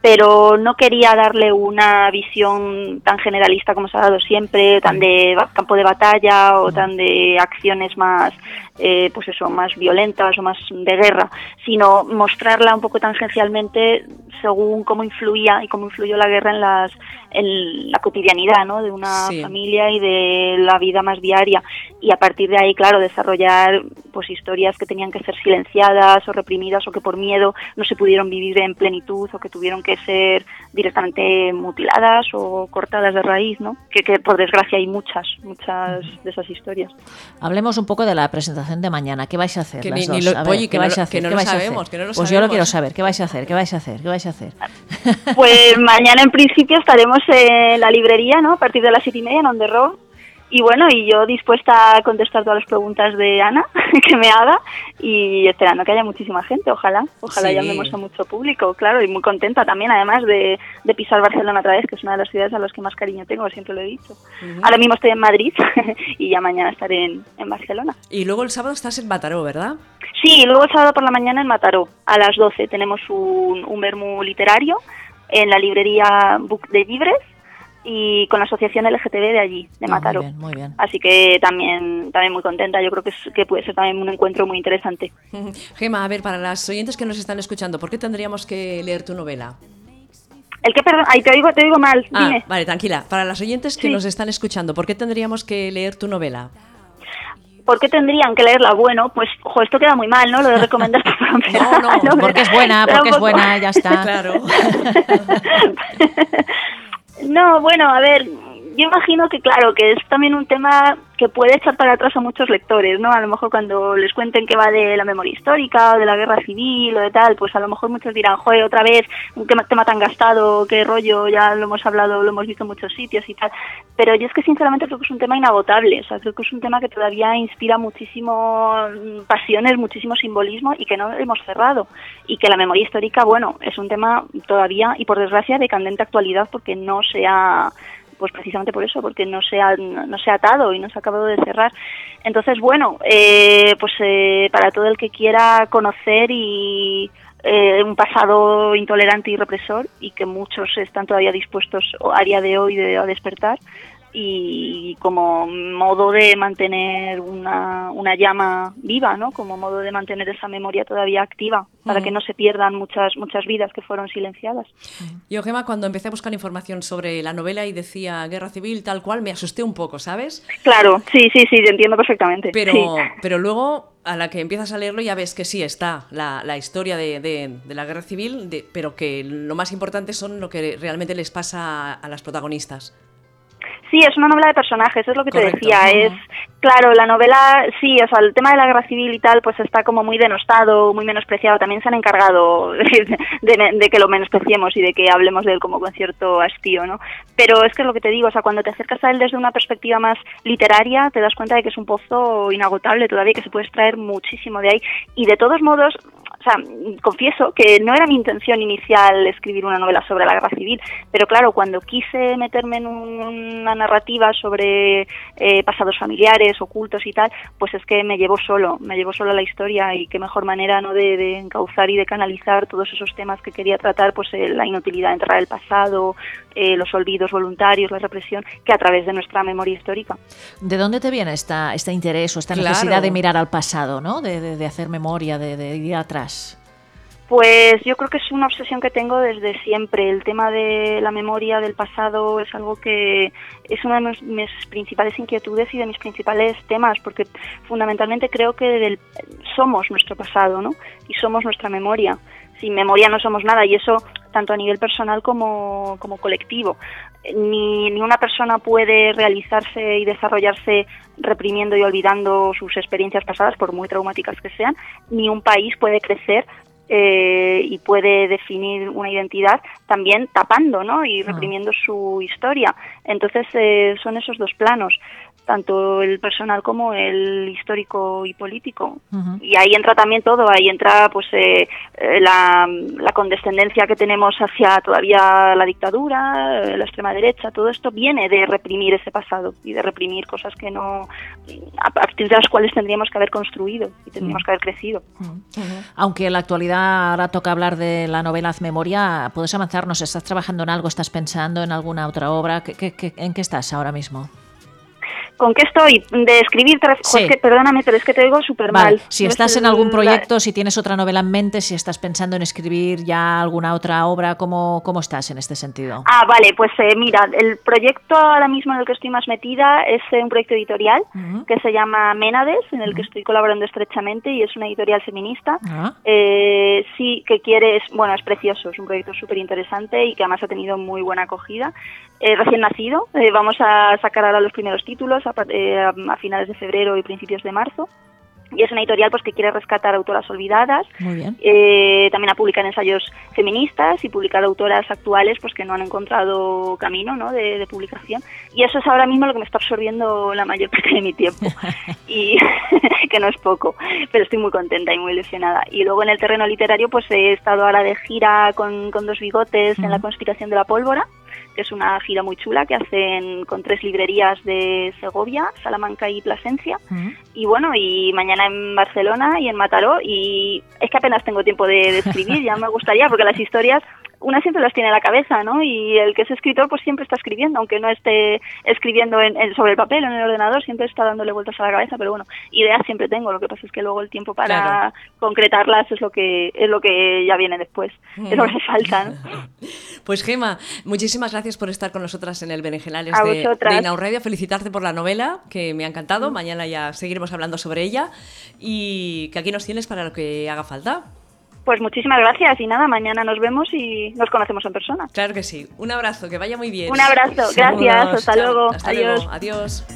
Speaker 5: pero no quería darle una visión tan generalista como se ha dado siempre, tan de ba- campo de batalla o tan de acciones más, eh, pues eso, más violentas o más de guerra, sino mostrarla un poco tangencialmente según cómo influía y cómo influyó la guerra en las en la cotidianidad, ¿no? De una
Speaker 1: Sí.
Speaker 5: familia y de la vida más diaria y a partir de ahí, claro, desarrollar pues historias que tenían que ser silenciadas o reprimidas o que por miedo no se pudieron vivir en plenitud o que tuvieron que ser directamente mutiladas o cortadas de raíz, ¿no? Que, que por desgracia hay muchas, muchas de esas historias.
Speaker 2: Hablemos un poco de la presentación de mañana. ¿Qué vais a hacer?
Speaker 1: Que
Speaker 2: las
Speaker 1: ni- ni
Speaker 2: dos?
Speaker 1: lo-
Speaker 2: A ver,
Speaker 1: oye, que
Speaker 2: ¿qué
Speaker 1: no
Speaker 2: vais
Speaker 1: lo-
Speaker 2: a hacer?
Speaker 1: que no
Speaker 2: ¿Qué
Speaker 1: lo
Speaker 2: vais a hacer?
Speaker 1: sabemos, que no lo
Speaker 2: Pues yo lo
Speaker 1: sabemos.
Speaker 2: quiero saber. ¿Qué vais a hacer? ¿Qué vais a hacer? ¿Qué vais a hacer?
Speaker 5: Pues mañana en principio estaremos en la librería, ¿no? A partir de las siete y media en On The Road. Y bueno, y yo dispuesta a contestar todas las preguntas de Ana que me haga y esperando que haya muchísima gente, ojalá, ojalá
Speaker 1: Sí.
Speaker 5: llamemos a mucho público, claro, y muy contenta también además de, de pisar Barcelona otra vez, que es una de las ciudades a las que más cariño tengo, siempre lo he dicho. Ahora mismo estoy en Madrid y ya mañana estaré en, en Barcelona.
Speaker 1: Y luego el sábado estás en Mataró, ¿verdad?
Speaker 5: Sí, y luego el sábado por la mañana en Mataró, a las 12, tenemos un, un vermú literario en la librería Book de Libres y con la asociación LGTB de allí, de
Speaker 2: Ah,
Speaker 5: Mataró.
Speaker 2: Muy bien, muy bien.
Speaker 5: Así que también, también muy contenta, yo creo que, es- que puede ser también un encuentro muy interesante.
Speaker 1: Gema, a ver, para las oyentes que nos están escuchando, ¿por qué tendríamos que leer tu novela?
Speaker 5: El que, perdón, ahí te oigo, te oigo mal,
Speaker 1: Ah,
Speaker 5: dime.
Speaker 1: vale, tranquila. Para las oyentes que
Speaker 5: Sí.
Speaker 1: nos están escuchando, ¿por qué tendríamos que leer tu novela?
Speaker 5: ¿Por qué tendrían que leerla? Bueno, pues ojo, esto queda muy mal, ¿no? Lo de recomendar tu propia
Speaker 1: No, no,
Speaker 5: novela.
Speaker 2: Porque es buena,
Speaker 5: Era un
Speaker 2: porque es
Speaker 5: poco-
Speaker 2: buena, ya está.
Speaker 1: Claro.
Speaker 5: No, bueno, a ver, yo imagino que claro, que es también un tema que puede echar para atrás a muchos lectores, ¿no? A lo mejor cuando les cuenten que va de la memoria histórica o de la guerra civil o de tal, pues a lo mejor muchos dirán, joder, otra vez, un tema- tema tan gastado, qué rollo, ya lo hemos hablado, lo hemos visto en muchos sitios y tal. Pero yo es que sinceramente creo que es un tema inagotable, o sea, creo que es un tema que todavía inspira muchísimo mm, pasiones, muchísimo simbolismo y que no hemos cerrado y que la memoria histórica, bueno, es un tema todavía y por desgracia de candente actualidad porque no se ha pues precisamente por eso, porque no se ha, no se ha atado y no se ha acabado de cerrar. Entonces, bueno, eh, pues eh, para todo el que quiera conocer y eh, un pasado intolerante y represor y que muchos están todavía dispuestos a día de hoy de- a despertar y como modo de mantener una, una llama viva, ¿no? Como modo de mantener esa memoria todavía activa para que no se pierdan muchas muchas vidas que fueron silenciadas.
Speaker 1: Yo, Gema, cuando empecé a buscar información sobre la novela y decía guerra civil, tal cual, me asusté un poco, ¿sabes?
Speaker 5: Claro, sí, sí, sí, te entiendo perfectamente.
Speaker 1: Pero,
Speaker 5: sí.
Speaker 1: pero luego, a la que empiezas a leerlo, ya ves que sí está la, la historia de, de- de la guerra civil, de- pero que lo más importante son lo que realmente les pasa a, a las protagonistas.
Speaker 5: Sí, es una novela de personajes, es lo que
Speaker 1: Correcto.
Speaker 5: te decía. Es claro, la novela, sí, o sea, el tema de la guerra civil y tal, pues está como muy denostado, muy menospreciado. También se han encargado de, de- de que lo menospreciemos y de que hablemos de él como con cierto hastío, ¿no? Pero es que es lo que te digo, o sea, cuando te acercas a él desde una perspectiva más literaria, te das cuenta de que es un pozo inagotable todavía, que se puede extraer muchísimo de ahí. Y de todos modos, o sea, confieso que no era mi intención inicial escribir una novela sobre la guerra civil, pero claro, cuando quise meterme en una narrativa sobre eh, pasados familiares, ocultos y tal, pues es que me llevó solo, me llevó solo la historia y qué mejor manera no de, de encauzar y de canalizar todos esos temas que quería tratar, pues eh, la inutilidad de enterrar el pasado, eh, los olvidos voluntarios, la represión, que a través de nuestra memoria histórica.
Speaker 2: ¿De dónde te viene esta, este interés o esta
Speaker 1: Claro.
Speaker 2: necesidad de mirar al pasado, ¿no? de, de- de hacer memoria, de, de ir atrás?
Speaker 5: Pues yo creo que es una obsesión que tengo desde siempre. El tema de la memoria del pasado es algo que es una de mis, mis principales inquietudes y de mis principales temas, porque fundamentalmente creo que del- somos nuestro pasado, ¿no? Y somos nuestra memoria. Sin memoria no somos nada y eso tanto a nivel personal como, como colectivo. Ni, ni una persona puede realizarse y desarrollarse reprimiendo y olvidando sus experiencias pasadas, por muy traumáticas que sean, ni un país puede crecer eh, y puede definir una identidad también tapando ¿no? y reprimiendo su historia. Entonces eh, son esos dos planos, tanto el personal como el histórico y político. Uh -huh. Y ahí entra también todo, ahí entra pues eh, la, la, condescendencia que tenemos hacia todavía la dictadura, eh, la extrema derecha, todo esto viene de reprimir ese pasado y de reprimir cosas que no, a partir de las cuales tendríamos que haber construido y tendríamos
Speaker 2: Mm.
Speaker 5: uh -huh. que haber crecido. Uh
Speaker 2: -huh. Aunque en la actualidad ahora toca hablar de la novela Haz Memoria. ¿Puedes avanzarnos? ¿Estás trabajando en algo? ¿Estás pensando en alguna otra obra? ¿Qué, qué, qué en qué estás ahora mismo?
Speaker 5: ¿Con qué estoy? De escribir, tras... sí. es que, perdóname, pero es que te digo súper vale. mal.
Speaker 2: Si estás en algún proyecto, si tienes otra novela en mente, si estás pensando en escribir ya alguna otra obra, ¿cómo, cómo estás en este sentido?
Speaker 5: Ah, vale, pues eh, mira, el proyecto ahora mismo en el que estoy más metida es eh, un proyecto editorial uh -huh. que se llama Ménades, en el uh -huh. que estoy colaborando estrechamente y es una editorial feminista. Uh
Speaker 2: Ah,
Speaker 5: -huh. eh, sí, que quiere, es, bueno, es precioso, es un proyecto súper interesante y que además ha tenido muy buena acogida. Eh, recién nacido, vamos a sacar ahora los primeros títulos a, eh, a, finales de febrero y principios de marzo. Y es una editorial pues, que quiere rescatar autoras olvidadas.
Speaker 2: Muy bien.
Speaker 5: Eh, también ha publicado ensayos feministas y publicar autoras actuales pues, que no han encontrado camino ¿no? de, de, publicación. Y eso es ahora mismo lo que me está absorbiendo la mayor parte de mi tiempo. y que no es poco, pero estoy muy contenta y muy ilusionada. Y luego en el terreno literario pues he estado ahora de gira con, con dos bigotes uh -huh. en La conspiración de la pólvora que es una gira muy chula que hacen con tres librerías de Segovia, Salamanca y Plasencia. Uh
Speaker 2: Mm.
Speaker 5: -huh. Y bueno, y mañana en Barcelona y en Mataró. Y es que apenas tengo tiempo de, de escribir, ya me gustaría, porque las historias una siempre las tiene en la cabeza, ¿no? Y el que es escritor pues siempre está escribiendo, aunque no esté escribiendo en, en, sobre el papel o en el ordenador, siempre está dándole vueltas a la cabeza, pero bueno, ideas siempre tengo, lo que pasa es que luego el tiempo para claro. concretarlas es lo que es lo que ya viene después, mm. es lo que falta. ¿no?
Speaker 1: Pues Gema, muchísimas gracias por estar con nosotras en el Berenjenales a de, de Inau Radio, felicitarte por la novela que me ha encantado, mm. mañana ya seguiremos hablando sobre ella y que aquí nos tienes para lo que haga falta.
Speaker 5: Pues muchísimas gracias y nada, mañana nos vemos y nos conocemos en persona.
Speaker 1: Claro que sí. Un abrazo, que vaya muy bien.
Speaker 5: Un abrazo, gracias, hasta Chao. luego.
Speaker 1: Hasta adiós. Luego. adiós.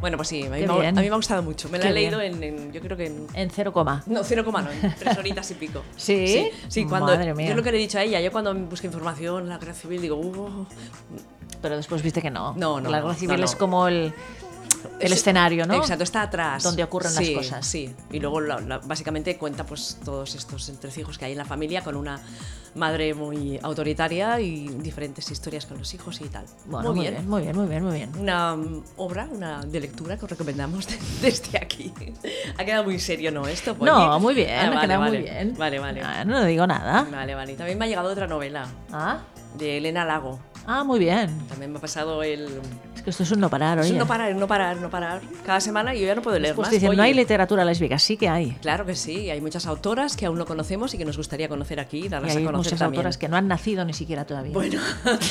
Speaker 1: Bueno, pues sí, a mí, me, a mí, me, ha gustado mucho. Me la Qué he leído en, en, yo creo que en...
Speaker 2: En cero coma.
Speaker 1: No, cero coma no, en tres horitas y pico.
Speaker 2: ¿Sí?
Speaker 1: Sí, sí cuando... Madre mía. Yo lo que le he dicho a ella, yo cuando busqué información, la guerra civil, digo... Uh,
Speaker 2: pero después viste que no.
Speaker 1: No, no.
Speaker 2: La guerra civil no, no. es como el el escenario, ¿no?
Speaker 1: Exacto, está atrás.
Speaker 2: Donde ocurren
Speaker 1: sí,
Speaker 2: las cosas.
Speaker 1: Sí, y luego la, la, básicamente cuenta pues todos estos entrecijos que hay en la familia con una madre muy autoritaria y diferentes historias con los hijos y tal.
Speaker 2: Bueno, muy, muy bien. bien. muy bien, muy bien, muy bien.
Speaker 1: Una um, obra, una de lectura que os recomendamos de, desde aquí. ha quedado muy serio, ¿no? Esto,
Speaker 2: Polly? No, muy bien,
Speaker 1: ah,
Speaker 2: vale, ha quedado
Speaker 1: vale,
Speaker 2: muy bien.
Speaker 1: Vale, vale.
Speaker 2: Ah, no digo nada.
Speaker 1: Vale, vale. También me ha llegado otra novela.
Speaker 2: ¿Ah?
Speaker 1: De Elena Lago.
Speaker 2: Ah, muy bien.
Speaker 1: También me ha pasado el...
Speaker 2: Es que esto es un no parar, oye.
Speaker 1: Es un no parar, no parar, no parar. Cada semana yo ya no puedo leer
Speaker 2: Después
Speaker 1: más.
Speaker 2: Dicen,
Speaker 1: oye,
Speaker 2: no hay literatura lésbica, sí que hay.
Speaker 1: Claro que sí, hay muchas autoras que aún no conocemos y que nos gustaría conocer aquí, darlas
Speaker 2: y hay
Speaker 1: a conocer
Speaker 2: muchas
Speaker 1: también.
Speaker 2: autoras que no han nacido ni siquiera todavía.
Speaker 1: Bueno,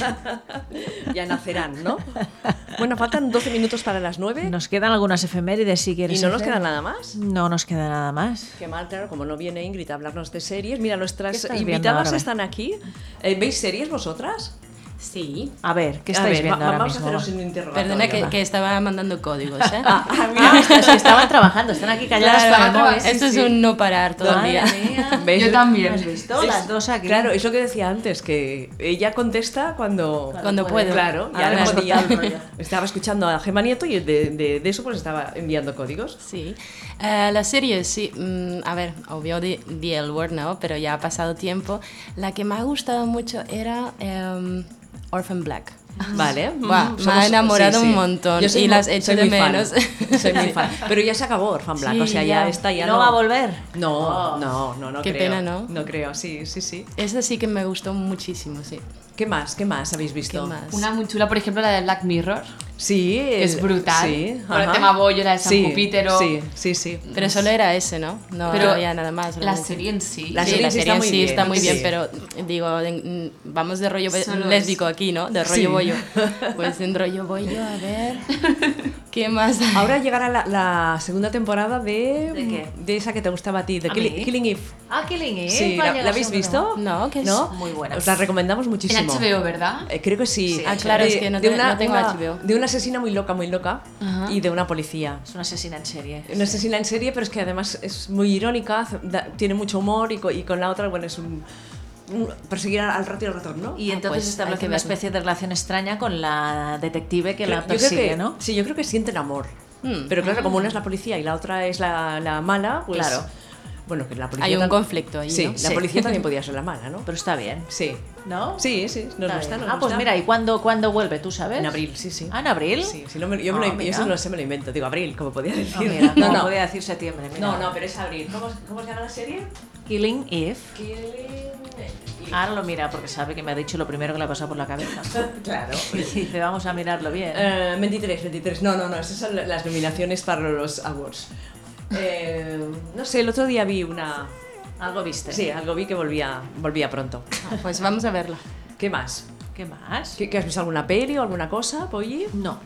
Speaker 1: ya nacerán, ¿no? Bueno, faltan 12 minutos para las 9.
Speaker 2: Nos quedan algunas efemérides si quieres.
Speaker 1: ¿Y no nos queda nada más?
Speaker 2: No nos queda nada más.
Speaker 1: Qué mal, claro, como no viene Ingrid a hablarnos de series. Mira, nuestras invitadas están aquí. Eh, ¿Veis series vosotras?
Speaker 3: Sí.
Speaker 2: A ver, ¿qué estáis
Speaker 1: a ver,
Speaker 2: viendo ahora
Speaker 1: vamos
Speaker 2: mismo?
Speaker 1: a haceros un interrogatorio.
Speaker 3: Perdona que, que estaba mandando códigos, ¿eh?
Speaker 2: ah, ah, está, estaban trabajando, están aquí calladas
Speaker 3: Claro,
Speaker 2: para ¿eh? móvil.
Speaker 3: esto es un no parar todavía.
Speaker 4: ¿Ves? Yo también.
Speaker 2: ¿Has visto? Las dos aquí.
Speaker 1: Claro, es lo que decía antes, que ella contesta cuando...
Speaker 3: Cuando puede. Ah,
Speaker 1: Claro, y ahora podía. Estaba escuchando a Gemma Nieto y de, de, de eso pues estaba enviando códigos.
Speaker 3: Sí. Uh, la serie, sí, um, a ver, obvio de, de El Word, ¿no? Pero ya ha pasado tiempo. La que me ha gustado mucho era... Um, Orphan Black.
Speaker 1: Vale,
Speaker 3: Buah, Mm, me ha enamorado sí, sí. un montón Yo y las echo de menos.
Speaker 1: Fan. Soy muy fan. Pero ya se acabó Orphan Black,
Speaker 2: Sí,
Speaker 1: o sea, ya,
Speaker 2: ya.
Speaker 1: está, ya
Speaker 2: ¿No va a volver?
Speaker 1: No, no, no, no
Speaker 3: Qué
Speaker 1: creo.
Speaker 3: pena, ¿no?
Speaker 1: No creo, sí, sí, sí.
Speaker 3: Esa sí que me gustó muchísimo, sí.
Speaker 1: ¿Qué más? ¿Qué más habéis visto?
Speaker 3: ¿Qué más?
Speaker 4: Una muy chula, por ejemplo, la de Black Mirror.
Speaker 1: Sí,
Speaker 4: que es
Speaker 1: el-
Speaker 4: brutal.
Speaker 1: sí,
Speaker 4: Con el
Speaker 1: ajá.
Speaker 4: tema Boyo, de San
Speaker 1: Sí,
Speaker 4: Júpitero.
Speaker 1: Sí, sí, sí.
Speaker 3: Pero solo era ese, ¿no? No
Speaker 4: Pero
Speaker 3: había nada más.
Speaker 4: La
Speaker 3: realmente.
Speaker 4: serie en sí.
Speaker 1: La
Speaker 3: Sí,
Speaker 1: serie
Speaker 3: la
Speaker 1: en sí está
Speaker 3: serie en
Speaker 1: muy
Speaker 3: sí
Speaker 1: bien,
Speaker 3: está muy
Speaker 1: sí.
Speaker 3: bien, pero digo, en- vamos de rollo be-
Speaker 4: Solo
Speaker 3: lésbico aquí, ¿no? De rollo
Speaker 1: Sí.
Speaker 3: bollo. Pues en rollo bollo, a ver. ¿Qué más?
Speaker 1: Ahora llegará la, la segunda temporada de.
Speaker 2: ¿De qué?
Speaker 1: de esa que te gustaba a ti, de
Speaker 2: ¿A
Speaker 1: Killing,
Speaker 2: mí?
Speaker 1: Killing Eve.
Speaker 2: Ah, Killing Eve.
Speaker 1: Sí, ¿la,
Speaker 2: vaya,
Speaker 1: la habéis
Speaker 2: seguro.
Speaker 1: visto?
Speaker 3: No, que es
Speaker 1: ¿No?
Speaker 2: muy buena.
Speaker 1: Os la recomendamos
Speaker 4: En
Speaker 1: muchísimo.
Speaker 4: HBO, ¿verdad?
Speaker 1: Eh, creo que sí.
Speaker 2: Sí. Ah,
Speaker 3: claro,
Speaker 1: De-
Speaker 3: es que no
Speaker 1: de
Speaker 3: te-
Speaker 1: una,
Speaker 3: no tengo
Speaker 1: una-
Speaker 3: HBO.
Speaker 1: De una asesina muy loca, muy loca
Speaker 4: Ajá.
Speaker 1: y de una policía.
Speaker 2: Es una asesina en serie.
Speaker 1: Una asesina en serie, pero es que además es muy irónica, hace- da- tiene mucho humor y, co- y con la otra, bueno, es un. un- perseguir al al rato y al retorno.
Speaker 2: Y
Speaker 3: Ah,
Speaker 2: entonces
Speaker 3: pues, hay
Speaker 2: establece
Speaker 3: que
Speaker 2: una
Speaker 3: verla.
Speaker 2: especie de relación extraña con la detective que
Speaker 1: Creo-
Speaker 2: la
Speaker 1: yo creo
Speaker 2: persigue,
Speaker 1: que-
Speaker 2: ¿no?
Speaker 1: Sí, yo creo que sienten amor.
Speaker 3: Mm.
Speaker 1: Pero claro, como una es la policía y la otra es la, la mala, pues.
Speaker 2: Claro.
Speaker 1: Bueno, que la policía.
Speaker 3: Hay un
Speaker 1: tam-
Speaker 3: conflicto ahí,
Speaker 1: Sí,
Speaker 3: ¿no?
Speaker 1: la
Speaker 2: Sí.
Speaker 1: policía también podía ser la mala, ¿no?
Speaker 2: Pero está bien,
Speaker 1: Sí.
Speaker 2: ¿no?
Speaker 1: Sí, sí, nos
Speaker 2: Está
Speaker 1: gusta,
Speaker 2: bien.
Speaker 1: nos
Speaker 2: Ah, pues
Speaker 1: gusta.
Speaker 2: mira, ¿y cuándo, cuándo vuelve? ¿Tú sabes?
Speaker 1: En abril, sí, sí.
Speaker 2: ¿Ah, en abril?
Speaker 1: Sí, sí, no me- yo, me
Speaker 2: Ah,
Speaker 1: lo, yo
Speaker 2: mira.
Speaker 1: eso no sé, me lo invento. Digo abril, como podía Ah. decir.
Speaker 2: Ah, mira, no,
Speaker 1: no, no.
Speaker 2: podía decir septiembre. mira.
Speaker 1: No, no, pero es abril. ¿Cómo, cómo se llama la serie?
Speaker 2: Killing Eve.
Speaker 1: Killing.
Speaker 2: Ahora lo mira porque sabe que me ha dicho lo primero que le ha pasado por la cabeza. claro. Y dice, vamos a mirarlo bien.
Speaker 1: Eh, 23, 23. No, no, no, esas son las nominaciones para los awards. Eh, no sé, el otro día vi una.
Speaker 2: Algo viste.
Speaker 1: Sí, algo vi que volvía, volvía pronto.
Speaker 3: Ah, Pues vamos a verla.
Speaker 1: ¿Qué más?
Speaker 2: ¿Qué más?
Speaker 1: ¿Qué, qué has visto alguna peli o alguna cosa, Polly?
Speaker 2: No.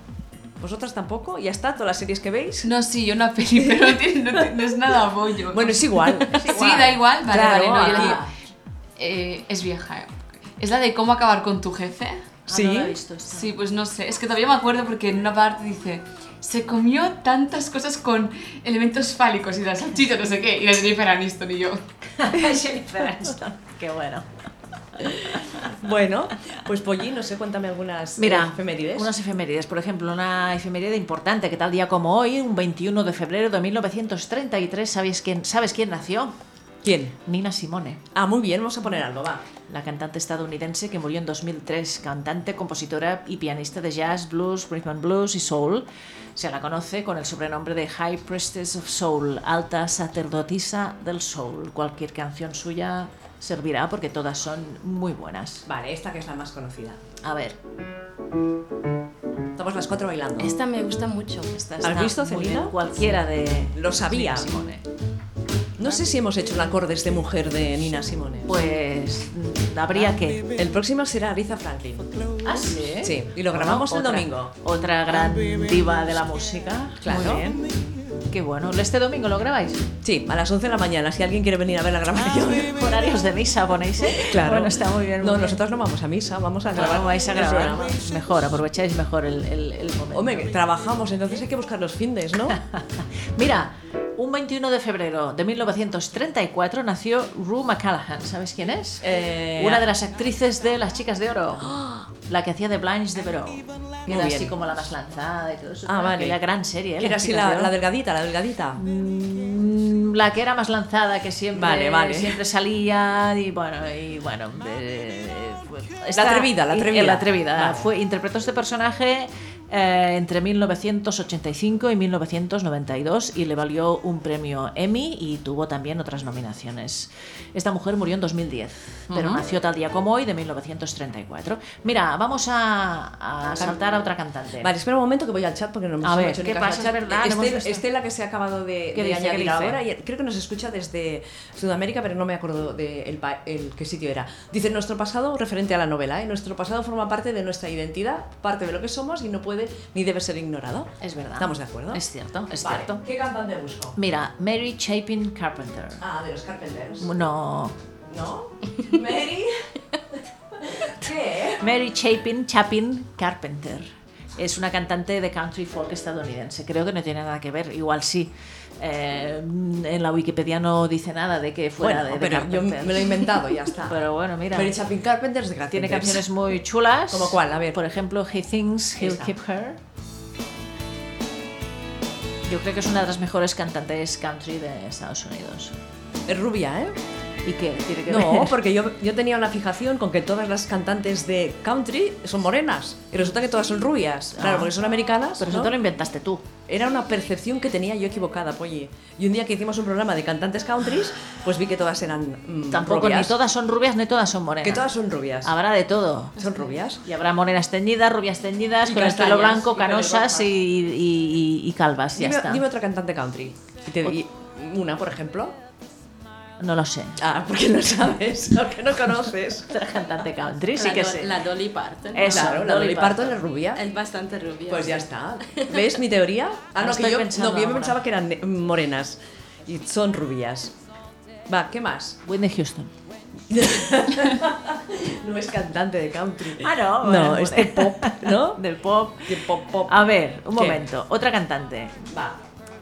Speaker 1: ¿Vosotras tampoco? ¿Ya está? ¿Todas las series que veis?
Speaker 4: No, sí, yo una peli, pero no, tiene- no tiene- no es nada bollo.
Speaker 1: Bueno, es igual.
Speaker 4: sí, da igual, vale,
Speaker 1: Claro,
Speaker 4: vale. No, yo
Speaker 1: aquí-
Speaker 4: la- eh, es vieja. Es la de cómo acabar con tu jefe.
Speaker 1: Sí.
Speaker 2: Ah, no lo he visto esta.
Speaker 4: Sí, pues no sé. Es que todavía me acuerdo porque en una parte dice. Se comió tantas cosas con elementos fálicos y la salchicha, no sé qué, y la Jennifer Aniston y yo.
Speaker 2: Jennifer Aniston. Qué bueno.
Speaker 1: Bueno, pues Polly, no sé, cuéntame algunas eh,
Speaker 2: Mira,
Speaker 1: efemérides.
Speaker 2: unas efemérides. Por ejemplo, una efeméride importante que tal día como hoy, un 21 de febrero de 1933, ¿sabes quién, ¿sabes quién nació?
Speaker 1: ¿Quién?
Speaker 2: Nina Simone,
Speaker 1: Ah, muy bien, vamos a poner algo, va.
Speaker 2: la cantante estadounidense que murió en 2003, cantante, compositora y pianista de jazz, blues, rhythm and blues y soul. Se la conoce con el sobrenombre de High Priestess of Soul, alta sacerdotisa del soul. Cualquier canción suya servirá porque todas son muy buenas.
Speaker 1: Vale, esta que es la más conocida.
Speaker 2: A ver,
Speaker 1: Estamos las cuatro bailando.
Speaker 3: Esta me gusta mucho.
Speaker 2: esta
Speaker 1: ¿Has
Speaker 2: está
Speaker 1: visto,
Speaker 2: muy bien.
Speaker 1: Celina?
Speaker 2: Cualquiera de
Speaker 1: Lo sabía.
Speaker 2: Nina Simone.
Speaker 1: No sé si hemos hecho un acordes de mujer de Nina Simone.
Speaker 2: Pues mm,
Speaker 1: Ah,
Speaker 2: habría que.
Speaker 1: El próximo será Ariza Franklin.
Speaker 2: Ah, sí.
Speaker 1: Sí, y lo grabamos el
Speaker 2: Otra-
Speaker 1: domingo.
Speaker 2: Otra gran diva de la música.
Speaker 1: Claro.
Speaker 2: Muy bien. Qué bueno. ¿Este domingo lo grabáis?
Speaker 1: Sí, a las 11 de la mañana, si alguien quiere venir a ver la grabación.
Speaker 2: Horarios de misa ponéis, ¿eh?
Speaker 1: Claro.
Speaker 2: Ah, Bueno, está muy bien. muy
Speaker 1: No,
Speaker 2: bien.
Speaker 1: nosotros no vamos a misa, vamos a
Speaker 2: Bueno,
Speaker 1: grabar.
Speaker 2: vais a
Speaker 1: el
Speaker 2: grabar.
Speaker 1: programa.
Speaker 2: Mejor, aprovecháis mejor el, el- el momento.
Speaker 1: Hombre, que trabajamos, entonces hay que buscar los findes, ¿no?
Speaker 2: Mira, un 21 de febrero de 1934 nació Rue McCallaghan. ¿Sabes quién es?
Speaker 1: Eh,
Speaker 2: Una de las actrices de Las Chicas de Oro. La que hacía de Blanche de Verón. Que era
Speaker 1: bien.
Speaker 2: así como la más lanzada y todo eso.
Speaker 1: Ah, vale.
Speaker 2: Aquella gran serie. ¿eh?
Speaker 1: Era
Speaker 2: Las
Speaker 1: así
Speaker 2: Chicas de
Speaker 1: la,
Speaker 2: Oro.
Speaker 1: la delgadita, la delgadita.
Speaker 2: Mm, La que era más lanzada, que siempre,
Speaker 1: Vale, vale.
Speaker 2: siempre salía y bueno, y bueno. eh, fue-
Speaker 1: atrevida, la
Speaker 2: y-
Speaker 1: atrevida.
Speaker 2: La atrevida.
Speaker 1: Vale.
Speaker 2: Fue, interpretó este personaje eh, entre 1985 y 1992 y le valió un premio Emmy y tuvo también otras nominaciones. Esta mujer murió en 2010, pero nació tal día como hoy de 1934. Mira, vamos a, a saltar a otra cantante.
Speaker 1: Vale, espera un momento que voy al chat porque no me
Speaker 2: A
Speaker 1: hemos
Speaker 2: ver,
Speaker 1: hecho ni
Speaker 2: ¿qué
Speaker 1: caso al
Speaker 2: pasa?
Speaker 1: chat.
Speaker 2: Es verdad, no hemos
Speaker 1: Estel-
Speaker 2: visto.
Speaker 1: Estela que se ha acabado de,
Speaker 2: ¿Qué
Speaker 1: de
Speaker 2: dice? ¿Qué
Speaker 1: añadir
Speaker 2: dice?
Speaker 1: ahora, y creo que nos escucha desde Sudamérica, pero no me acuerdo de el pa- el qué sitio era. Dice, nuestro pasado, referente a la novela, ¿eh? nuestro pasado forma parte de nuestra identidad, parte de lo que somos y no puede ni debe ser ignorado.
Speaker 2: Es verdad.
Speaker 1: ¿Estamos de acuerdo?
Speaker 2: Es cierto, es
Speaker 1: Vale,
Speaker 2: cierto.
Speaker 1: ¿Qué cantante busco?
Speaker 2: Mira, Mary Chapin Carpenter.
Speaker 1: Ah, de los Carpenters.
Speaker 2: No.
Speaker 1: ¿No? ¿Mary? ¿Qué?
Speaker 2: Mary Chapin, Chapin Carpenter. Es una cantante de country folk estadounidense. Creo que no tiene nada que ver, igual sí. Eh, en la Wikipedia no dice nada de que fuera
Speaker 1: Bueno,
Speaker 2: de, de
Speaker 1: pero yo
Speaker 2: Carpenter.
Speaker 1: me lo he inventado, ya está.
Speaker 2: Pero bueno, mira.
Speaker 1: Mary Chapin Carpenters de
Speaker 2: Tiene
Speaker 1: Carpenters.
Speaker 2: canciones muy chulas.
Speaker 1: ¿Como cuál? A ver.
Speaker 2: Por ejemplo, He Thinks He'll
Speaker 1: Esa.
Speaker 2: Keep Her. Yo creo que es una de las mejores cantantes country de Estados Unidos.
Speaker 1: Es rubia, ¿eh?
Speaker 2: ¿Y qué? Tiene que
Speaker 1: No,
Speaker 2: ver.
Speaker 1: porque yo, yo tenía una fijación con que todas las cantantes de country son morenas y resulta que todas son rubias. Claro, porque son americanas.
Speaker 2: Ah. Pero
Speaker 1: ¿no?
Speaker 2: eso te lo inventaste tú.
Speaker 1: Era una percepción que tenía yo equivocada, Polly. Y un día que hicimos un programa de cantantes countries, pues vi que todas eran mm,
Speaker 2: Tampoco,
Speaker 1: rubias.
Speaker 2: ni todas Ah, son rubias, ni todas son morenas.
Speaker 1: Que todas son rubias.
Speaker 2: Habrá de todo.
Speaker 1: Son rubias.
Speaker 2: Y habrá morenas teñidas, rubias teñidas,
Speaker 1: Y
Speaker 2: con el
Speaker 1: castañas,
Speaker 2: pelo blanco,
Speaker 1: y pelirrojas.
Speaker 2: canosas y, y- y- y calvas. Ya
Speaker 1: dime,
Speaker 2: está.
Speaker 1: dime otra cantante country. Y te- y una, por ejemplo.
Speaker 2: No lo sé.
Speaker 1: Ah, porque no sabes, porque no conoces.
Speaker 2: Otra cantante country, sí
Speaker 6: la,
Speaker 2: que
Speaker 6: Do-
Speaker 2: sí.
Speaker 6: la Dolly Parton.
Speaker 2: Eso,
Speaker 1: Claro, la
Speaker 2: Dolly
Speaker 1: Dolly
Speaker 2: Parton.
Speaker 1: Parton es rubia.
Speaker 6: Es bastante rubia.
Speaker 1: Eh. Pues ya está. ¿Ves mi teoría? Ah,
Speaker 2: Ahora
Speaker 1: no, que
Speaker 2: estoy
Speaker 1: yo,
Speaker 2: pensando
Speaker 1: no, que yo
Speaker 2: ahora.
Speaker 1: pensaba que eran ne- morenas. Y son rubias. Va, ¿qué más?
Speaker 2: Whitney Houston.
Speaker 1: No es cantante de country.
Speaker 2: Ah, no,
Speaker 1: No,
Speaker 2: bueno,
Speaker 1: es de pop, ¿no?
Speaker 2: Del pop.
Speaker 1: De pop, pop.
Speaker 2: A ver, un
Speaker 1: ¿Qué?
Speaker 2: momento. Otra cantante. Va.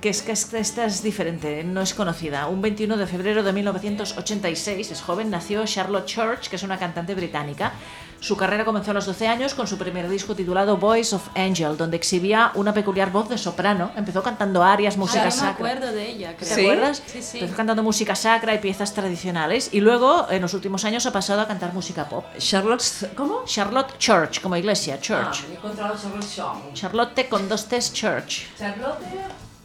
Speaker 2: Que es que esta esta es diferente, ¿eh? no es conocida. Un 21 de febrero de 1986, es joven, nació Charlotte Church, que es una cantante británica. Su carrera comenzó a los 12 años con su primer disco titulado Voice of Angel, donde exhibía una peculiar voz de soprano. Empezó cantando arias, música
Speaker 6: Ah, yo me
Speaker 2: sacra.
Speaker 6: acuerdo de ella, creo.
Speaker 2: ¿Te
Speaker 1: ¿Sí?
Speaker 2: acuerdas?
Speaker 6: Sí, sí.
Speaker 2: Empezó cantando música sacra y piezas tradicionales y luego en los últimos años ha pasado a cantar música pop.
Speaker 1: Charlotte, ¿cómo? Ah,
Speaker 2: Charlotte Church, como iglesia, Church.
Speaker 6: Ah.
Speaker 1: he encontrado Charlotte Shaw.
Speaker 2: Charlotte con dos T's Church.
Speaker 1: Charlotte.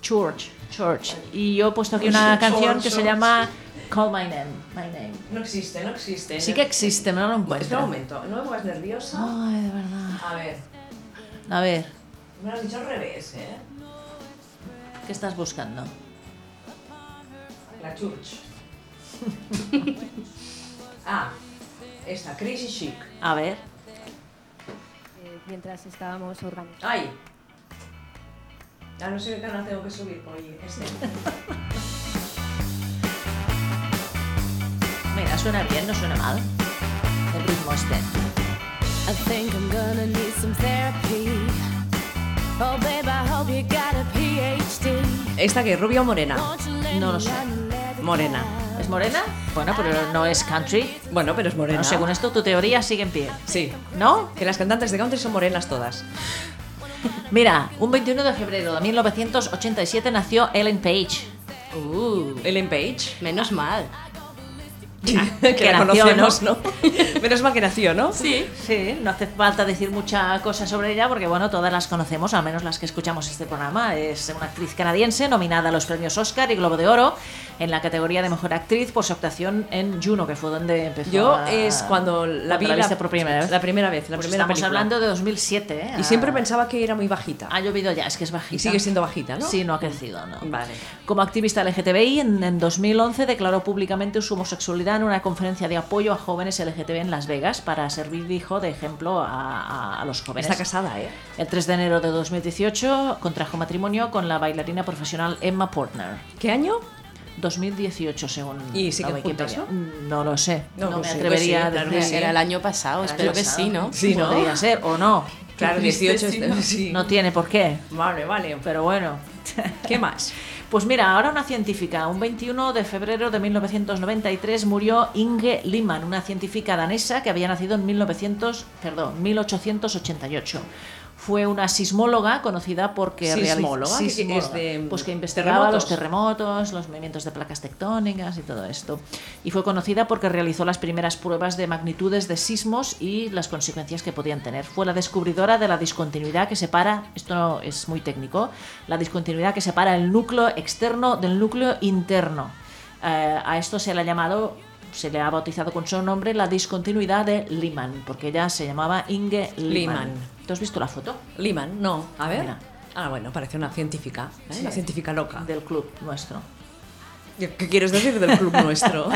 Speaker 2: Church, Church. Y yo he puesto aquí una
Speaker 1: Church,
Speaker 2: canción que se
Speaker 1: Church.
Speaker 2: llama Call My Name. My Name.
Speaker 1: No existe, no existe.
Speaker 2: Sí que existe, pero no lo
Speaker 1: Espera un
Speaker 2: encuentro.
Speaker 1: momento, Pues no me pongas nerviosa.
Speaker 2: Ay, de verdad.
Speaker 1: A ver,
Speaker 2: A ver,
Speaker 1: me lo has dicho al revés, ¿eh?
Speaker 2: ¿qué estás buscando?
Speaker 1: La church. ah, esta, Crazy Chic.
Speaker 2: A ver.
Speaker 7: eh, mientras estábamos organizando.
Speaker 1: ¡Ay! Ya no sé qué canal tengo que subir, oye, este.
Speaker 2: Mira, suena bien, no suena mal. El ritmo este.
Speaker 8: I think I'm gonna need some therapy. Oh, babe, I hope you got a PhD.
Speaker 1: ¿Esta que rubia o morena?
Speaker 8: Won't you let
Speaker 2: No lo
Speaker 8: me
Speaker 2: sé.
Speaker 8: unleaven-
Speaker 1: Morena.
Speaker 2: ¿Es morena? Bueno, pero no es country.
Speaker 1: Bueno, pero es morena.
Speaker 2: Bueno, según esto, tu teoría sigue en pie.
Speaker 1: Sí.
Speaker 2: ¿No?
Speaker 1: Que las cantantes de country son morenas todas.
Speaker 2: Mira, un 21 de febrero de 1987 nació Ellen Page.
Speaker 6: Uh,
Speaker 1: Ellen Page.
Speaker 6: menos mal.
Speaker 1: que
Speaker 2: que
Speaker 1: la
Speaker 2: nació,
Speaker 1: conocemos, ¿no? Menos mal que nació, ¿no?
Speaker 6: Sí.
Speaker 2: Sí, no hace falta decir mucha cosa sobre ella porque, bueno, todas las conocemos, al menos las que escuchamos este programa. Es una actriz canadiense nominada a los premios Oscar y Globo de Oro en la categoría de Mejor Actriz por su actuación en Juno, que fue donde empezó.
Speaker 1: Yo
Speaker 2: a-
Speaker 1: es cuando la vi
Speaker 2: Ah. la viste por primera vez.
Speaker 1: La primera vez, la
Speaker 2: Pues
Speaker 1: primera
Speaker 2: estamos
Speaker 1: película.
Speaker 2: hablando de 2007, ¿eh?
Speaker 1: Y siempre
Speaker 2: Ah,
Speaker 1: pensaba que era muy bajita.
Speaker 2: Ha llovido ya, es que es bajita.
Speaker 1: Y sigue siendo bajita, ¿no?
Speaker 2: Sí, no ha crecido, ¿no?
Speaker 1: Vale.
Speaker 2: Como activista LGTBI, en, en 2011 declaró públicamente su homosexualidad en una conferencia de apoyo a jóvenes LGTB en Las Vegas para servir, dijo, de ejemplo a, a- a los jóvenes.
Speaker 1: Está casada, ¿eh?
Speaker 2: El 3 de enero de 2018 contrajo matrimonio con la bailarina profesional Emma Portner.
Speaker 1: ¿Qué año?
Speaker 2: 2018, según
Speaker 1: ¿Y siguen
Speaker 2: la Wikipedia. Mm,
Speaker 1: juntas,
Speaker 2: No lo sé.
Speaker 1: No,
Speaker 2: No,
Speaker 1: pues
Speaker 2: me
Speaker 1: sí,
Speaker 2: atrevería
Speaker 1: pues sí,
Speaker 2: a
Speaker 1: claro que
Speaker 2: decir.
Speaker 1: sí.
Speaker 3: Era el año pasado, espero que sí, ¿no?
Speaker 1: Sí, ¿no?
Speaker 2: Podría ser, o no.
Speaker 1: Claro, 18. es- sí.
Speaker 2: No tiene por qué.
Speaker 1: Vale, vale.
Speaker 2: Pero bueno.
Speaker 1: ¿Qué más?
Speaker 2: Pues mira, ahora una científica. Un 21 de febrero de 1993 murió Inge Lehmann, una científica danesa que había nacido en 1900, perdón, 1888. Fue una sismóloga conocida porque realiz-
Speaker 1: Sismóloga, que- que
Speaker 2: sismóloga,
Speaker 1: es de,
Speaker 2: pues que
Speaker 1: mm,
Speaker 2: investigaba
Speaker 1: terremotos.
Speaker 2: los terremotos, los movimientos de placas tectónicas y todo esto. Y fue conocida porque realizó las primeras pruebas de magnitudes de sismos y las consecuencias que podían tener. Fue la descubridora de la discontinuidad que separa, esto no es muy técnico, la discontinuidad que separa el núcleo externo del núcleo interno. Eh, a esto se le ha llamado, se le ha bautizado con su nombre la discontinuidad de Lehman, porque ella se llamaba Inge Lehman.
Speaker 1: Lehmann.
Speaker 2: ¿Tú has visto la foto?
Speaker 1: Liman, no. A ver.
Speaker 2: Mira.
Speaker 1: Ah, bueno, parece una científica. ¿eh?
Speaker 2: Sí.
Speaker 1: Una científica loca.
Speaker 2: Del club nuestro.
Speaker 1: ¿Qué quieres decir del club nuestro?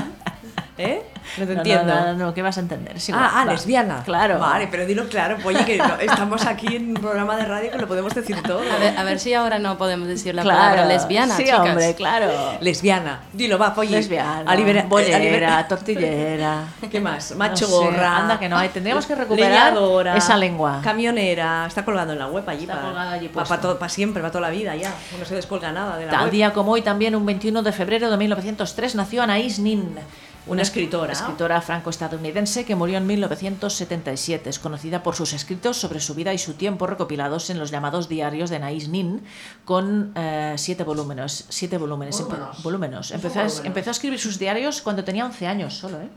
Speaker 1: ¿Eh? No te entiendo.
Speaker 2: No, no, no, ¿qué vas a entender? Es igual,
Speaker 1: Ah, ah,
Speaker 2: va.
Speaker 1: lesbiana.
Speaker 2: Claro.
Speaker 1: Vale, pero dilo claro, oye, que no- estamos aquí en un programa de radio que lo podemos decir todo.
Speaker 3: A ver, a ver si ahora no podemos decir la
Speaker 2: Claro.
Speaker 3: palabra lesbiana,
Speaker 2: Sí,
Speaker 3: chicas.
Speaker 2: hombre, claro.
Speaker 1: Lesbiana. Dilo, va, oye. eh,
Speaker 2: Lesbiana,
Speaker 1: A libera- a libera-
Speaker 2: bollera, tortillera.
Speaker 1: ¿Qué más?
Speaker 2: No
Speaker 1: Macho
Speaker 2: sé,
Speaker 1: gorra.
Speaker 2: anda que no, eh, tendríamos que recuperar
Speaker 1: leñadora,
Speaker 2: esa lengua.
Speaker 1: Camionera. Está colgado en la web allí.
Speaker 2: Está
Speaker 1: para-
Speaker 2: colgado allí
Speaker 1: Para
Speaker 2: puesto.
Speaker 1: todo- para siempre, para toda la vida ya. No se descolga nada de la
Speaker 2: Tal
Speaker 1: web.
Speaker 2: día como hoy, también un 21 de febrero de 1903, nació Anaïs Nin.
Speaker 1: Una escritora.
Speaker 2: Escritora franco-estadounidense que murió en 1977. Es conocida por sus escritos sobre su vida y su tiempo recopilados en los llamados diarios de Anaïs Nin, con eh, siete volúmenes. Siete volúmenes. Empe- volúmenos. Empezó, a- empezó a escribir sus diarios cuando tenía 11 años solo, ¿eh?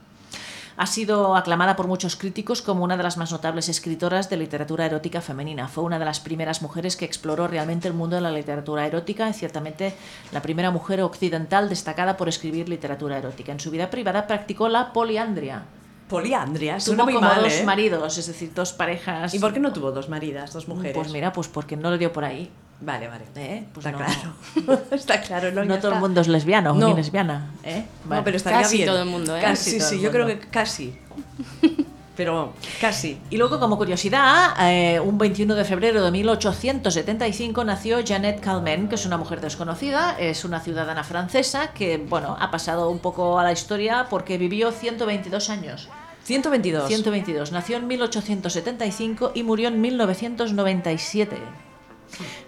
Speaker 2: Ha sido aclamada por muchos críticos como una de las más notables escritoras de literatura erótica femenina. Fue una de las primeras mujeres que exploró realmente el mundo de la literatura erótica y ciertamente la primera mujer occidental destacada por escribir literatura erótica. En su vida privada practicó la poliandria.
Speaker 1: Poliandria. Suena
Speaker 2: Tuvo
Speaker 1: muy
Speaker 2: como
Speaker 1: mal,
Speaker 2: dos
Speaker 1: ¿eh?
Speaker 2: maridos, es decir, dos parejas.
Speaker 1: ¿Y por qué no tuvo dos maridas, dos mujeres?
Speaker 2: Pues mira, pues porque no le dio por ahí.
Speaker 1: Vale, vale.
Speaker 2: Pues ¿eh? Pues
Speaker 1: está
Speaker 2: no,
Speaker 1: claro. está claro. No,
Speaker 2: no
Speaker 1: ya
Speaker 2: todo
Speaker 1: está.
Speaker 2: el mundo es lesbiano
Speaker 1: No.
Speaker 2: o ni lesbiana. ¿eh? Vale.
Speaker 1: No, pero estaría
Speaker 3: Casi
Speaker 1: bien.
Speaker 3: todo el mundo, ¿eh?
Speaker 1: Casi,
Speaker 2: Casi todo
Speaker 1: sí,
Speaker 2: el
Speaker 1: yo creo que
Speaker 2: mundo.
Speaker 1: casi. Pero casi.
Speaker 2: Y luego, como curiosidad, eh, un 21 de febrero de 1875 nació Jeannette Calment, que es una mujer desconocida, es una ciudadana francesa que, bueno, ha pasado un poco a la historia porque vivió 122 años.
Speaker 1: 122.
Speaker 2: 122. Nació en 1875 y murió en 1997.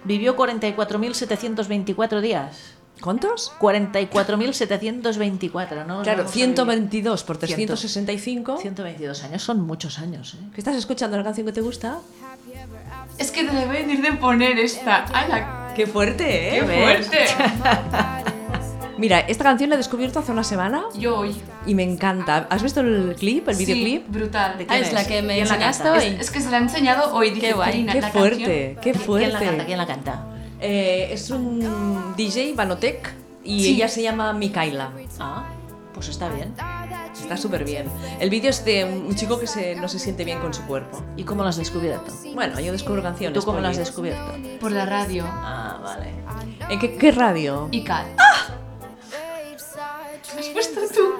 Speaker 2: Vivió 44.724 días.
Speaker 1: ¿Cuántos?
Speaker 2: 44.724, ¿no?
Speaker 1: Claro,
Speaker 2: Vamos a
Speaker 1: 122 por 365.
Speaker 2: vivir. 122 años son muchos años, ¿eh?
Speaker 1: ¿Qué estás escuchando la canción que te gusta?
Speaker 4: Es que te la voy a venir de poner esta. ¡Hala!
Speaker 1: ¡Qué fuerte, eh!
Speaker 4: ¡Qué fuerte!
Speaker 1: Mira, esta canción la he descubierto hace una semana
Speaker 4: Yo hoy.
Speaker 1: y me encanta. ¿Has visto el clip, el
Speaker 4: Sí,
Speaker 1: videoclip?
Speaker 4: brutal.
Speaker 2: ¿De
Speaker 3: Ah,
Speaker 2: quién
Speaker 3: es la que me
Speaker 2: ¿Quién la
Speaker 3: enseñaste
Speaker 2: canta?
Speaker 4: Es,
Speaker 3: hoy.
Speaker 4: es que se la he enseñado hoy. Dije,
Speaker 3: guay.
Speaker 4: Karina,
Speaker 1: ¡Qué
Speaker 4: la
Speaker 1: fuerte! ¡Qué fuerte!
Speaker 2: ¿Quién la canta? ¿Quién la canta?
Speaker 1: Eh, es un DJ Banotec y
Speaker 4: Sí.
Speaker 1: ella se llama Mikaila.
Speaker 2: Ah, pues está bien.
Speaker 1: Está súper bien. El vídeo es de un chico que se- no se siente bien con su cuerpo.
Speaker 2: ¿Y cómo lo has descubierto?
Speaker 1: Bueno, yo descubro canciones.
Speaker 2: ¿Tú cómo lo has
Speaker 1: oye.
Speaker 2: descubierto?
Speaker 4: canción por la radio.
Speaker 2: Ah, vale.
Speaker 1: ¿En qué, qué radio?
Speaker 4: Y Kat.
Speaker 1: ¡Ah!
Speaker 4: ¿Me has puesto tú?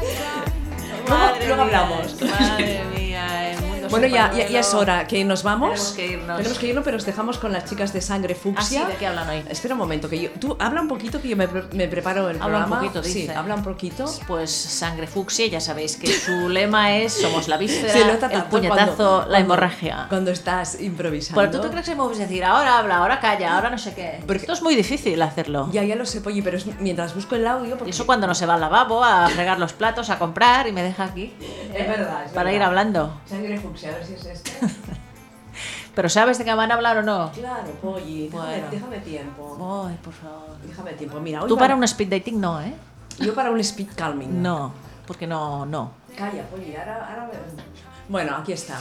Speaker 1: Luego, luego hablamos.
Speaker 2: Madre mía, el mundo
Speaker 1: Bueno,
Speaker 2: sin
Speaker 1: ya, ya,
Speaker 2: pañuelo.
Speaker 1: ya es hora que nos vamos.
Speaker 2: Tenemos que irnos.
Speaker 1: Tenemos que irnos, pero os dejamos con las chicas de sangre
Speaker 2: Ah, sí,
Speaker 1: fucsia.
Speaker 2: ¿de qué hablan hoy?
Speaker 1: Espera un momento, que yo. Tú habla un poquito que yo me, pre- me preparo el
Speaker 2: Habla un
Speaker 1: programa.
Speaker 2: poquito,
Speaker 1: sí,
Speaker 2: dice.
Speaker 1: habla un poquito.
Speaker 2: Pues sangre fucsia, ya sabéis que su lema es somos la víscera,
Speaker 1: Se nota
Speaker 2: el
Speaker 1: tanto
Speaker 2: puñetazo,
Speaker 1: cuando-
Speaker 2: la
Speaker 1: cuando-
Speaker 2: hemorragia.
Speaker 1: Cuando estás improvisando.
Speaker 2: Pero tú te crees que me puedes decir ahora habla, ahora calla, ahora no sé qué.
Speaker 1: Porque-
Speaker 2: Esto es muy difícil hacerlo.
Speaker 1: Ya, ya lo sé, Polly, pero es mientras busco el audio.
Speaker 2: Y
Speaker 1: Porque
Speaker 2: eso cuando no se va al lavabo a fregar los platos, a comprar y me deja aquí
Speaker 1: Es verdad. es
Speaker 2: para
Speaker 1: verdad.
Speaker 2: ir hablando.
Speaker 1: Sangre fucsia, a ver si es este.
Speaker 2: Pero ¿sabes de qué van a hablar o no?
Speaker 1: claro, Polly. déjame-
Speaker 2: Bueno.
Speaker 1: Déjame tiempo.
Speaker 2: Ay, por favor.
Speaker 1: Déjame tiempo. Mira, hoy
Speaker 2: Tú
Speaker 1: va-
Speaker 2: para un speed dating no, ¿eh?
Speaker 1: Yo para un speed calming.
Speaker 2: No, porque no, no.
Speaker 1: Calla, Polly, ahora, ahora me- Bueno, aquí está.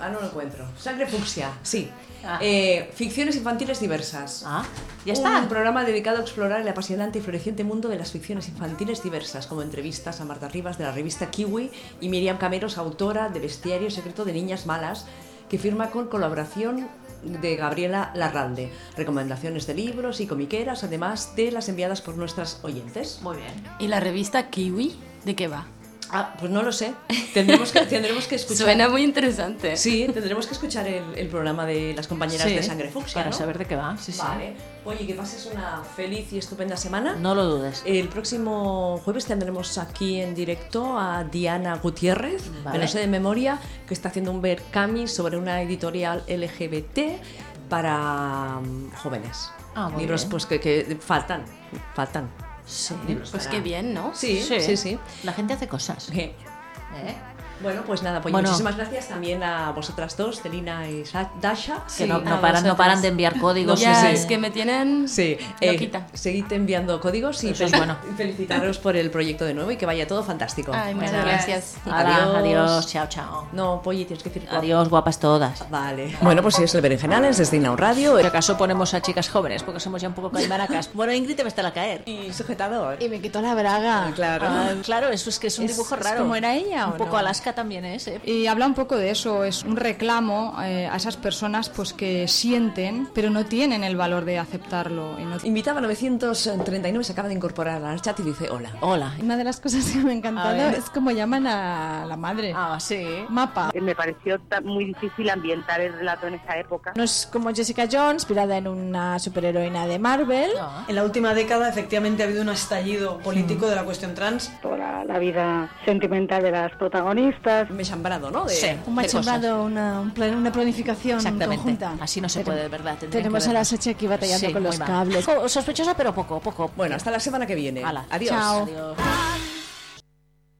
Speaker 1: Ahora no lo encuentro. Sangre fucsia, sí.
Speaker 2: Ah.
Speaker 1: Eh, ficciones infantiles diversas.
Speaker 2: Ah, ya
Speaker 1: Un
Speaker 2: está.
Speaker 1: programa dedicado a explorar el apasionante y floreciente mundo de las ficciones infantiles diversas, como entrevistas a Marta Rivas de la revista Kiwi y Miriam Cameros, autora de Bestiario Secreto de Niñas Malas, que firma con colaboración de Gabriela Larralde. Recomendaciones de libros y comiqueras, además de las enviadas por nuestras oyentes.
Speaker 2: Muy bien.
Speaker 3: ¿Y la revista Kiwi? ¿De qué va?
Speaker 1: Ah, pues no lo sé. Tendremos que, tendremos que escuchar.
Speaker 3: Pues Suena muy interesante.
Speaker 1: Sí, tendremos que escuchar el, el programa de las compañeras
Speaker 2: Sí,
Speaker 1: de Sangre Fucsia.
Speaker 2: Para
Speaker 1: ¿no?
Speaker 2: saber de qué va, sí, sí.
Speaker 1: Vale. Oye, que pases una feliz y estupenda semana.
Speaker 2: No lo dudes.
Speaker 1: El próximo jueves tendremos aquí en directo a Diana Gutiérrez,
Speaker 2: Vale.
Speaker 1: me lo sé de memoria, que está haciendo un Berkami sobre una editorial LGBT para mm, jóvenes.
Speaker 2: Ah, muy
Speaker 1: Libros
Speaker 2: bien.
Speaker 1: pues que, que faltan, faltan.
Speaker 2: Sí.
Speaker 3: Pues qué bien, ¿no?
Speaker 1: Sí, sí, sí.
Speaker 2: La gente hace cosas.
Speaker 1: Eh,
Speaker 2: ¿eh?
Speaker 1: Bueno, pues nada, pues
Speaker 2: Bueno.
Speaker 1: muchísimas gracias también a vosotras dos, Celina y Sa- Dasha.
Speaker 2: Que no,
Speaker 3: Sí,
Speaker 2: no paran, no
Speaker 3: a vosotras.
Speaker 2: paran de enviar códigos.
Speaker 3: ya,
Speaker 2: sí, sí.
Speaker 3: es que me tienen
Speaker 1: Sí,
Speaker 3: loquita.
Speaker 1: seguid enviando códigos y
Speaker 2: eh, Eso es
Speaker 1: fel-
Speaker 2: bueno.
Speaker 1: y felicitaros por el proyecto de nuevo y que vaya todo fantástico.
Speaker 3: Ay, muchas
Speaker 4: Bueno,
Speaker 3: gracias.
Speaker 2: Hala,
Speaker 1: Adiós.
Speaker 2: adiós, chao, chao.
Speaker 1: No, Polly, tienes que decir guapo.
Speaker 2: Adiós, guapas todas.
Speaker 1: Vale. Bueno, pues es el Berenjenales desde Inaun Radio
Speaker 2: Por acaso ponemos a chicas jóvenes, porque somos ya un poco calmaracas. Bueno, Ingrid te va a estar a caer.
Speaker 1: y sujetador.
Speaker 6: Y me quitó la braga.
Speaker 1: Claro.
Speaker 2: Ah, claro, eso es que es un
Speaker 6: Es-
Speaker 2: dibujo
Speaker 6: es
Speaker 2: raro.
Speaker 6: como era ella, ¿o
Speaker 2: Un poco
Speaker 6: no?
Speaker 2: Alaska también es, ¿eh?
Speaker 9: Y habla un poco de eso, es un reclamo eh, a esas personas pues que sienten, pero no tienen el valor de aceptarlo. y no-
Speaker 1: Invitaba 939, se acaba de incorporar al chat y dice hola.
Speaker 2: Hola.
Speaker 9: Una de las cosas que me ha
Speaker 2: A
Speaker 9: encantado
Speaker 2: ver.
Speaker 9: es como llaman a la madre.
Speaker 2: Ah, sí.
Speaker 9: Mapa.
Speaker 10: Me pareció ta- muy difícil ambientar el relato en esa época.
Speaker 6: No es como Jessica Jones, inspirada en una superheroína de Marvel.
Speaker 2: Ah.
Speaker 11: En la última década, efectivamente, ha habido un estallido político
Speaker 2: Mm.
Speaker 11: de la cuestión trans.
Speaker 10: Toda la vida sentimental de las
Speaker 6: Eh.
Speaker 10: protagonistas.
Speaker 1: Me he chambrado, ¿no? De-
Speaker 2: Sí.
Speaker 6: Un
Speaker 2: Hacer cosas.
Speaker 6: machembrado, una, un plan- una planificación
Speaker 2: Exactamente.
Speaker 6: conjunta.
Speaker 2: Así no se puede, de verdad. tendrían
Speaker 6: Tenemos
Speaker 2: que
Speaker 6: a la
Speaker 2: vernos.
Speaker 6: Sachi aquí batallando
Speaker 2: Sí,
Speaker 6: con los
Speaker 2: muy mal.
Speaker 6: cables.
Speaker 2: Jo, Sospechosa, pero poco, poco.
Speaker 1: Bueno, hasta la semana que viene.
Speaker 2: Hala.
Speaker 1: Adiós.
Speaker 6: Chao.
Speaker 2: Adiós.